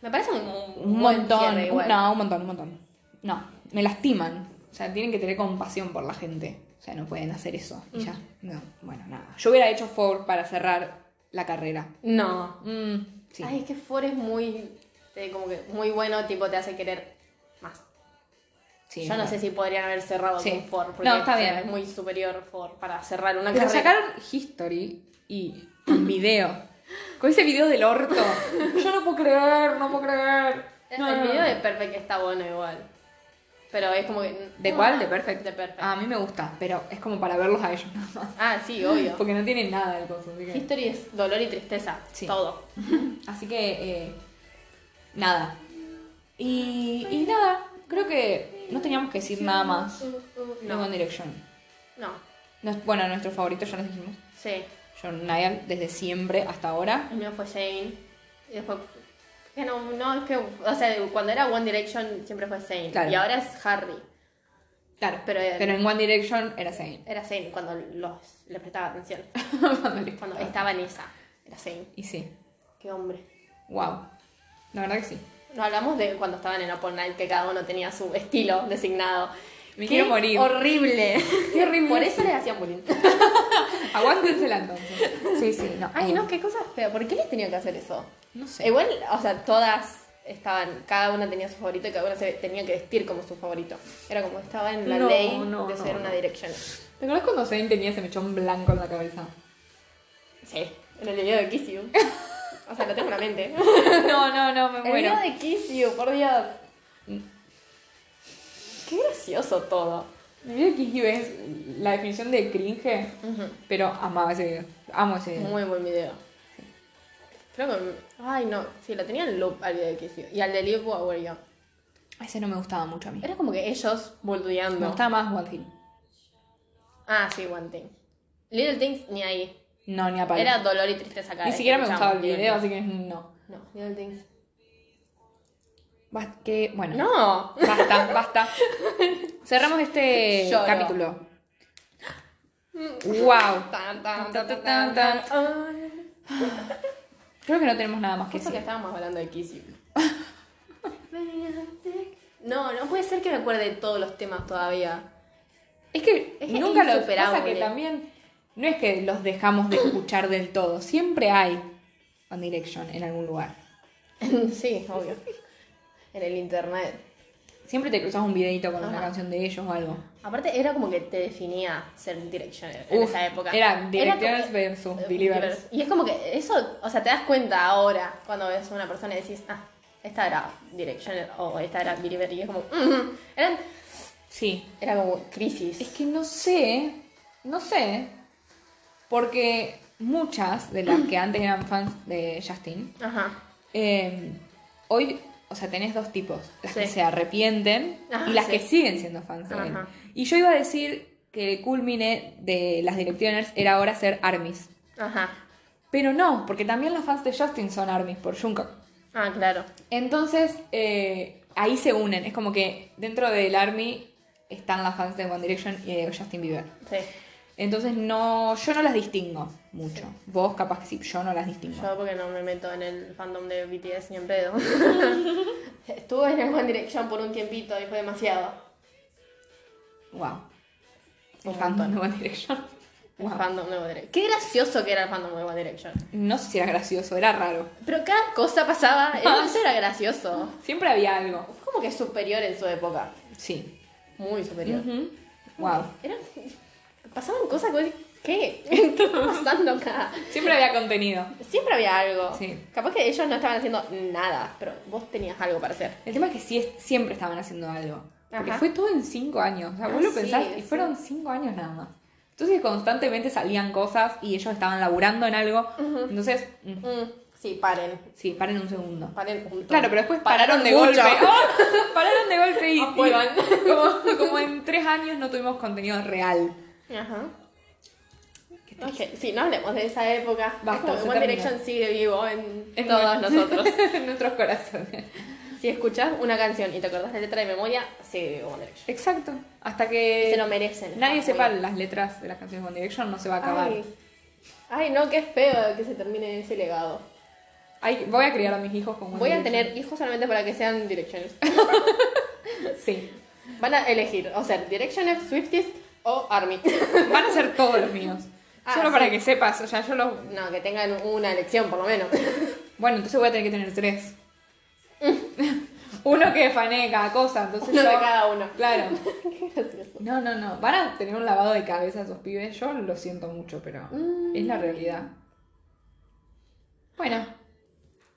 Speaker 2: Me parece un,
Speaker 1: Un
Speaker 2: buen
Speaker 1: montón.
Speaker 2: cierre igual.
Speaker 1: un- no, un montón, un montón. No, me lastiman. O sea, tienen que tener compasión por la gente. O sea, no pueden hacer eso. Y ya.
Speaker 2: Mm.
Speaker 1: No, bueno, nada. Yo hubiera hecho Four para cerrar la carrera.
Speaker 2: No.
Speaker 1: Mm, sí.
Speaker 2: Ay, es que Ford es muy. eh, como que muy bueno, tipo, te hace querer más.
Speaker 1: sí,
Speaker 2: Yo no
Speaker 1: bueno.
Speaker 2: sé si podrían haber cerrado
Speaker 1: Sí.
Speaker 2: con Ford, porque
Speaker 1: No, está
Speaker 2: o sea,
Speaker 1: bien.
Speaker 2: es muy superior Ford para cerrar una
Speaker 1: Pero
Speaker 2: carrera.
Speaker 1: sacaron History y un video. Con ese video del orto. Yo no puedo creer, no puedo creer.
Speaker 2: El,
Speaker 1: No,
Speaker 2: el
Speaker 1: no, no.
Speaker 2: video de Perfect está bueno igual. Pero es como que.
Speaker 1: ¿De cuál? De Perfect.
Speaker 2: De Perfect.
Speaker 1: Ah, A mí me gusta, pero es como para verlos a ellos nada más.
Speaker 2: Ah, sí, obvio.
Speaker 1: Porque no tienen nada del coso. así que-
Speaker 2: History es dolor y tristeza.
Speaker 1: Sí.
Speaker 2: Todo.
Speaker 1: Así que, eh, nada. Y, y nada, creo que no teníamos que decir nada más de
Speaker 2: No.
Speaker 1: One Direction.
Speaker 2: No.
Speaker 1: Nos- bueno, nuestro favorito ya lo dijimos.
Speaker 2: Sí.
Speaker 1: John Niall, desde siempre hasta ahora.
Speaker 2: El mío fue Zayn. Y después. Que no, no, es que. O sea, cuando era One Direction siempre fue Zayn.
Speaker 1: Claro.
Speaker 2: Y ahora es Harry.
Speaker 1: Claro, pero,
Speaker 2: Pero el-
Speaker 1: en One Direction era Zayn.
Speaker 2: Era Zayn cuando los, le prestaba atención.
Speaker 1: Cuando le-
Speaker 2: Cuando estaba en esa. Era Zayn.
Speaker 1: Y sí,
Speaker 2: Qué hombre.
Speaker 1: wow. La verdad que sí.
Speaker 2: No hablamos de cuando estaban en Apple Night, que cada uno tenía su estilo designado.
Speaker 1: Me
Speaker 2: Qué
Speaker 1: quiero morir.
Speaker 2: Horrible.
Speaker 1: Qué horrible.
Speaker 2: Por eso les hacían bullying.
Speaker 1: Aguántensela entonces. Sí, sí, no.
Speaker 2: Ay,
Speaker 1: eh,
Speaker 2: no, qué cosa fea. ¿Por qué les tenían que hacer eso?
Speaker 1: No sé.
Speaker 2: Igual, o sea, todas estaban, cada una tenía su favorito y cada una se tenía que vestir como su favorito. Era como estaba en la
Speaker 1: No,
Speaker 2: ley
Speaker 1: no,
Speaker 2: de
Speaker 1: no,
Speaker 2: ser
Speaker 1: no.
Speaker 2: una dirección.
Speaker 1: ¿Te acuerdas cuando Zayn tenía ese mechón blanco en la cabeza?
Speaker 2: Sí, en el video de Kiss You. O sea, lo tengo en la mente.
Speaker 1: no, no, no, me
Speaker 2: El
Speaker 1: muero.
Speaker 2: video de Kiss You, por Dios. Qué gracioso todo.
Speaker 1: Mi video de Kiss You es la definición de cringe, pero amaba ese video. Amo ese video.
Speaker 2: Muy buen video. Creo que. Ay, no. Sí, lo tenía en loop al video de Kiss You. Y al de Live What Were You.
Speaker 1: Ese no me gustaba mucho a mí.
Speaker 2: Era como que ellos
Speaker 1: Me
Speaker 2: boludeando.
Speaker 1: gustaba más One Thing.
Speaker 2: Ah, sí, One Thing. Little Things ni ahí.
Speaker 1: No, ni a palo.
Speaker 2: Era dolor y tristeza cada
Speaker 1: Ni
Speaker 2: vez
Speaker 1: siquiera
Speaker 2: que
Speaker 1: me gustaba el
Speaker 2: escuchamos
Speaker 1: video,
Speaker 2: Little
Speaker 1: así que no.
Speaker 2: Things. No, Little Things.
Speaker 1: Bast- que, bueno,
Speaker 2: No.
Speaker 1: basta, basta. Cerramos este
Speaker 2: Lloro.
Speaker 1: capítulo. wow.
Speaker 2: Tan, tan, tan, tan, tan, tan. Ay.
Speaker 1: Creo que no tenemos nada más que
Speaker 2: ¿Qué es
Speaker 1: decir.
Speaker 2: que estábamos hablando de Kiss You? No, no puede ser que me acuerde de todos los temas todavía.
Speaker 1: Es que,
Speaker 2: Es que
Speaker 1: nunca
Speaker 2: es
Speaker 1: lo pasa que
Speaker 2: insuperable.
Speaker 1: también no es que los dejamos de escuchar del todo, siempre hay One Direction en algún lugar.
Speaker 2: sí, obvio. En el internet.
Speaker 1: Siempre te cruzas un videito con una
Speaker 2: Ajá.
Speaker 1: canción de ellos o algo.
Speaker 2: Aparte, era como que te definía ser Directioner en
Speaker 1: Uf,
Speaker 2: esa época.
Speaker 1: Era Directioners
Speaker 2: como-
Speaker 1: versus Believers.
Speaker 2: Believers. Y es como que eso, o sea, te das cuenta ahora cuando ves a una persona y decís, ah, esta era Directioner o esta era Believer. Y es como, "Mm". eran,
Speaker 1: Sí.
Speaker 2: era como crisis.
Speaker 1: Es que no sé, no sé, porque muchas de las que antes eran fans de Justin,
Speaker 2: Ajá.
Speaker 1: eh, hoy, o sea, tenés dos tipos, las que
Speaker 2: Sí.
Speaker 1: se arrepienten
Speaker 2: Ah,
Speaker 1: y las
Speaker 2: sí.
Speaker 1: que siguen siendo fans de él.
Speaker 2: Ajá.
Speaker 1: Y yo iba a decir que el culmine de las Directioners era ahora ser ARMYs.
Speaker 2: Ajá.
Speaker 1: Pero no, porque también los fans de Justin son ARMYs por Jungkook.
Speaker 2: Ah, claro.
Speaker 1: Entonces, eh, ahí se unen. Es como que dentro del ARMY están las fans de One Direction y de Justin Bieber.
Speaker 2: Sí.
Speaker 1: Entonces, no, yo no las distingo mucho. Vos capaz que sí, yo no las distingo.
Speaker 2: Yo porque no me meto en el fandom de BTS ni en pedo. Estuve en el One Direction por un tiempito y fue demasiado.
Speaker 1: Wow. El
Speaker 2: Un
Speaker 1: fandom
Speaker 2: montón.
Speaker 1: de One Direction.
Speaker 2: El
Speaker 1: Wow.
Speaker 2: fandom de One Direction. Qué gracioso que era el fandom de One Direction.
Speaker 1: No sé si era gracioso, era raro.
Speaker 2: Pero cada cosa pasaba,
Speaker 1: Ah,
Speaker 2: era- eso era gracioso.
Speaker 1: Siempre había algo.
Speaker 2: Como que superior en su época.
Speaker 1: Sí.
Speaker 2: Muy superior.
Speaker 1: Ujú. Wow.
Speaker 2: Eran- pasaban cosas que vos decís, ¿Qué? ¿Qué está pasando acá?
Speaker 1: Siempre había contenido.
Speaker 2: Siempre había algo.
Speaker 1: Sí.
Speaker 2: Capaz que ellos no estaban haciendo nada, pero vos tenías algo para hacer.
Speaker 1: El tema es que sí, es- siempre estaban haciendo algo. Porque
Speaker 2: Ajá.
Speaker 1: fue todo en cinco años. O sea, vos
Speaker 2: Ah,
Speaker 1: lo
Speaker 2: sí,
Speaker 1: pensás y
Speaker 2: eso.
Speaker 1: fueron cinco años nada más. Entonces constantemente salían cosas y ellos estaban laburando en algo. Entonces, mm,
Speaker 2: Mm, sí, paren.
Speaker 1: sí, paren un segundo.
Speaker 2: Paren un montón.
Speaker 1: Claro, pero después pararon, de
Speaker 2: Pararon
Speaker 1: golpe.
Speaker 2: mucho. Ah,
Speaker 1: ¡Oh! pararon de golpe y,
Speaker 2: No juegan.
Speaker 1: y como, como en tres años no tuvimos contenido real.
Speaker 2: Ajá.
Speaker 1: Qué triste.
Speaker 2: Ok, sí, no hablemos de esa época.
Speaker 1: Basta,
Speaker 2: es como
Speaker 1: se
Speaker 2: que One
Speaker 1: terminó.
Speaker 2: Direction sigue vivo en,
Speaker 1: En
Speaker 2: todos
Speaker 1: nuestro-
Speaker 2: nosotros.
Speaker 1: en nuestros corazones.
Speaker 2: si escuchás una canción y te acordás la letra de memoria, sigue vivo One Direction.
Speaker 1: Exacto. Hasta
Speaker 2: Se lo
Speaker 1: que
Speaker 2: merecen.
Speaker 1: Eh, nadie
Speaker 2: Está
Speaker 1: sepa
Speaker 2: muy bien.
Speaker 1: las letras de las canciones de One Direction, no se va a acabar.
Speaker 2: Ay. Ay, no, qué feo que se termine ese legado.
Speaker 1: Ay, voy a criar a mis hijos con One
Speaker 2: Voy a
Speaker 1: Direction.
Speaker 2: tener hijos solamente para que sean Directions.
Speaker 1: Sí.
Speaker 2: Van a elegir o ser Directioners, Swifties o Army.
Speaker 1: Van a ser todos los míos.
Speaker 2: Ah,
Speaker 1: Solo
Speaker 2: sí.
Speaker 1: para que sepas, o sea, yo los...
Speaker 2: No, que tengan una elección por lo menos.
Speaker 1: Bueno, entonces voy a tener que tener tres. uno que fanee cada cosa, entonces
Speaker 2: Uno de
Speaker 1: yo-
Speaker 2: cada uno.
Speaker 1: Claro.
Speaker 2: Qué gracioso.
Speaker 1: No, no, no. Van a tener un lavado de cabeza esos pibes. Yo lo siento mucho, pero
Speaker 2: Mm.
Speaker 1: es la realidad. Bueno,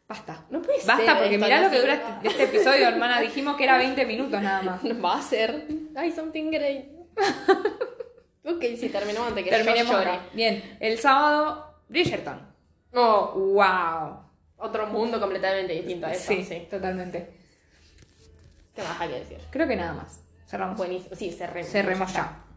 Speaker 1: basta.
Speaker 2: No puede
Speaker 1: Basta,
Speaker 2: ser
Speaker 1: porque
Speaker 2: esto,
Speaker 1: mirá
Speaker 2: no
Speaker 1: lo que
Speaker 2: sé,
Speaker 1: dura
Speaker 2: no.
Speaker 1: este, este episodio, hermana. Dijimos que era 20 minutos nada más.
Speaker 2: Va a ser. Ay, something great. ok, sí, terminó antes que
Speaker 1: Terminemos.
Speaker 2: yo llore.
Speaker 1: acá. Bien, el sábado, Bridgerton.
Speaker 2: No,
Speaker 1: ¡Wow!
Speaker 2: otro mundo completamente distinto a eso.
Speaker 1: Sí,
Speaker 2: Sí.
Speaker 1: totalmente.
Speaker 2: ¿Qué más hay que decir?
Speaker 1: Creo que nada más. Cerramos.
Speaker 2: Buenísimo. Sí, cerremos.
Speaker 1: Cerremos ya.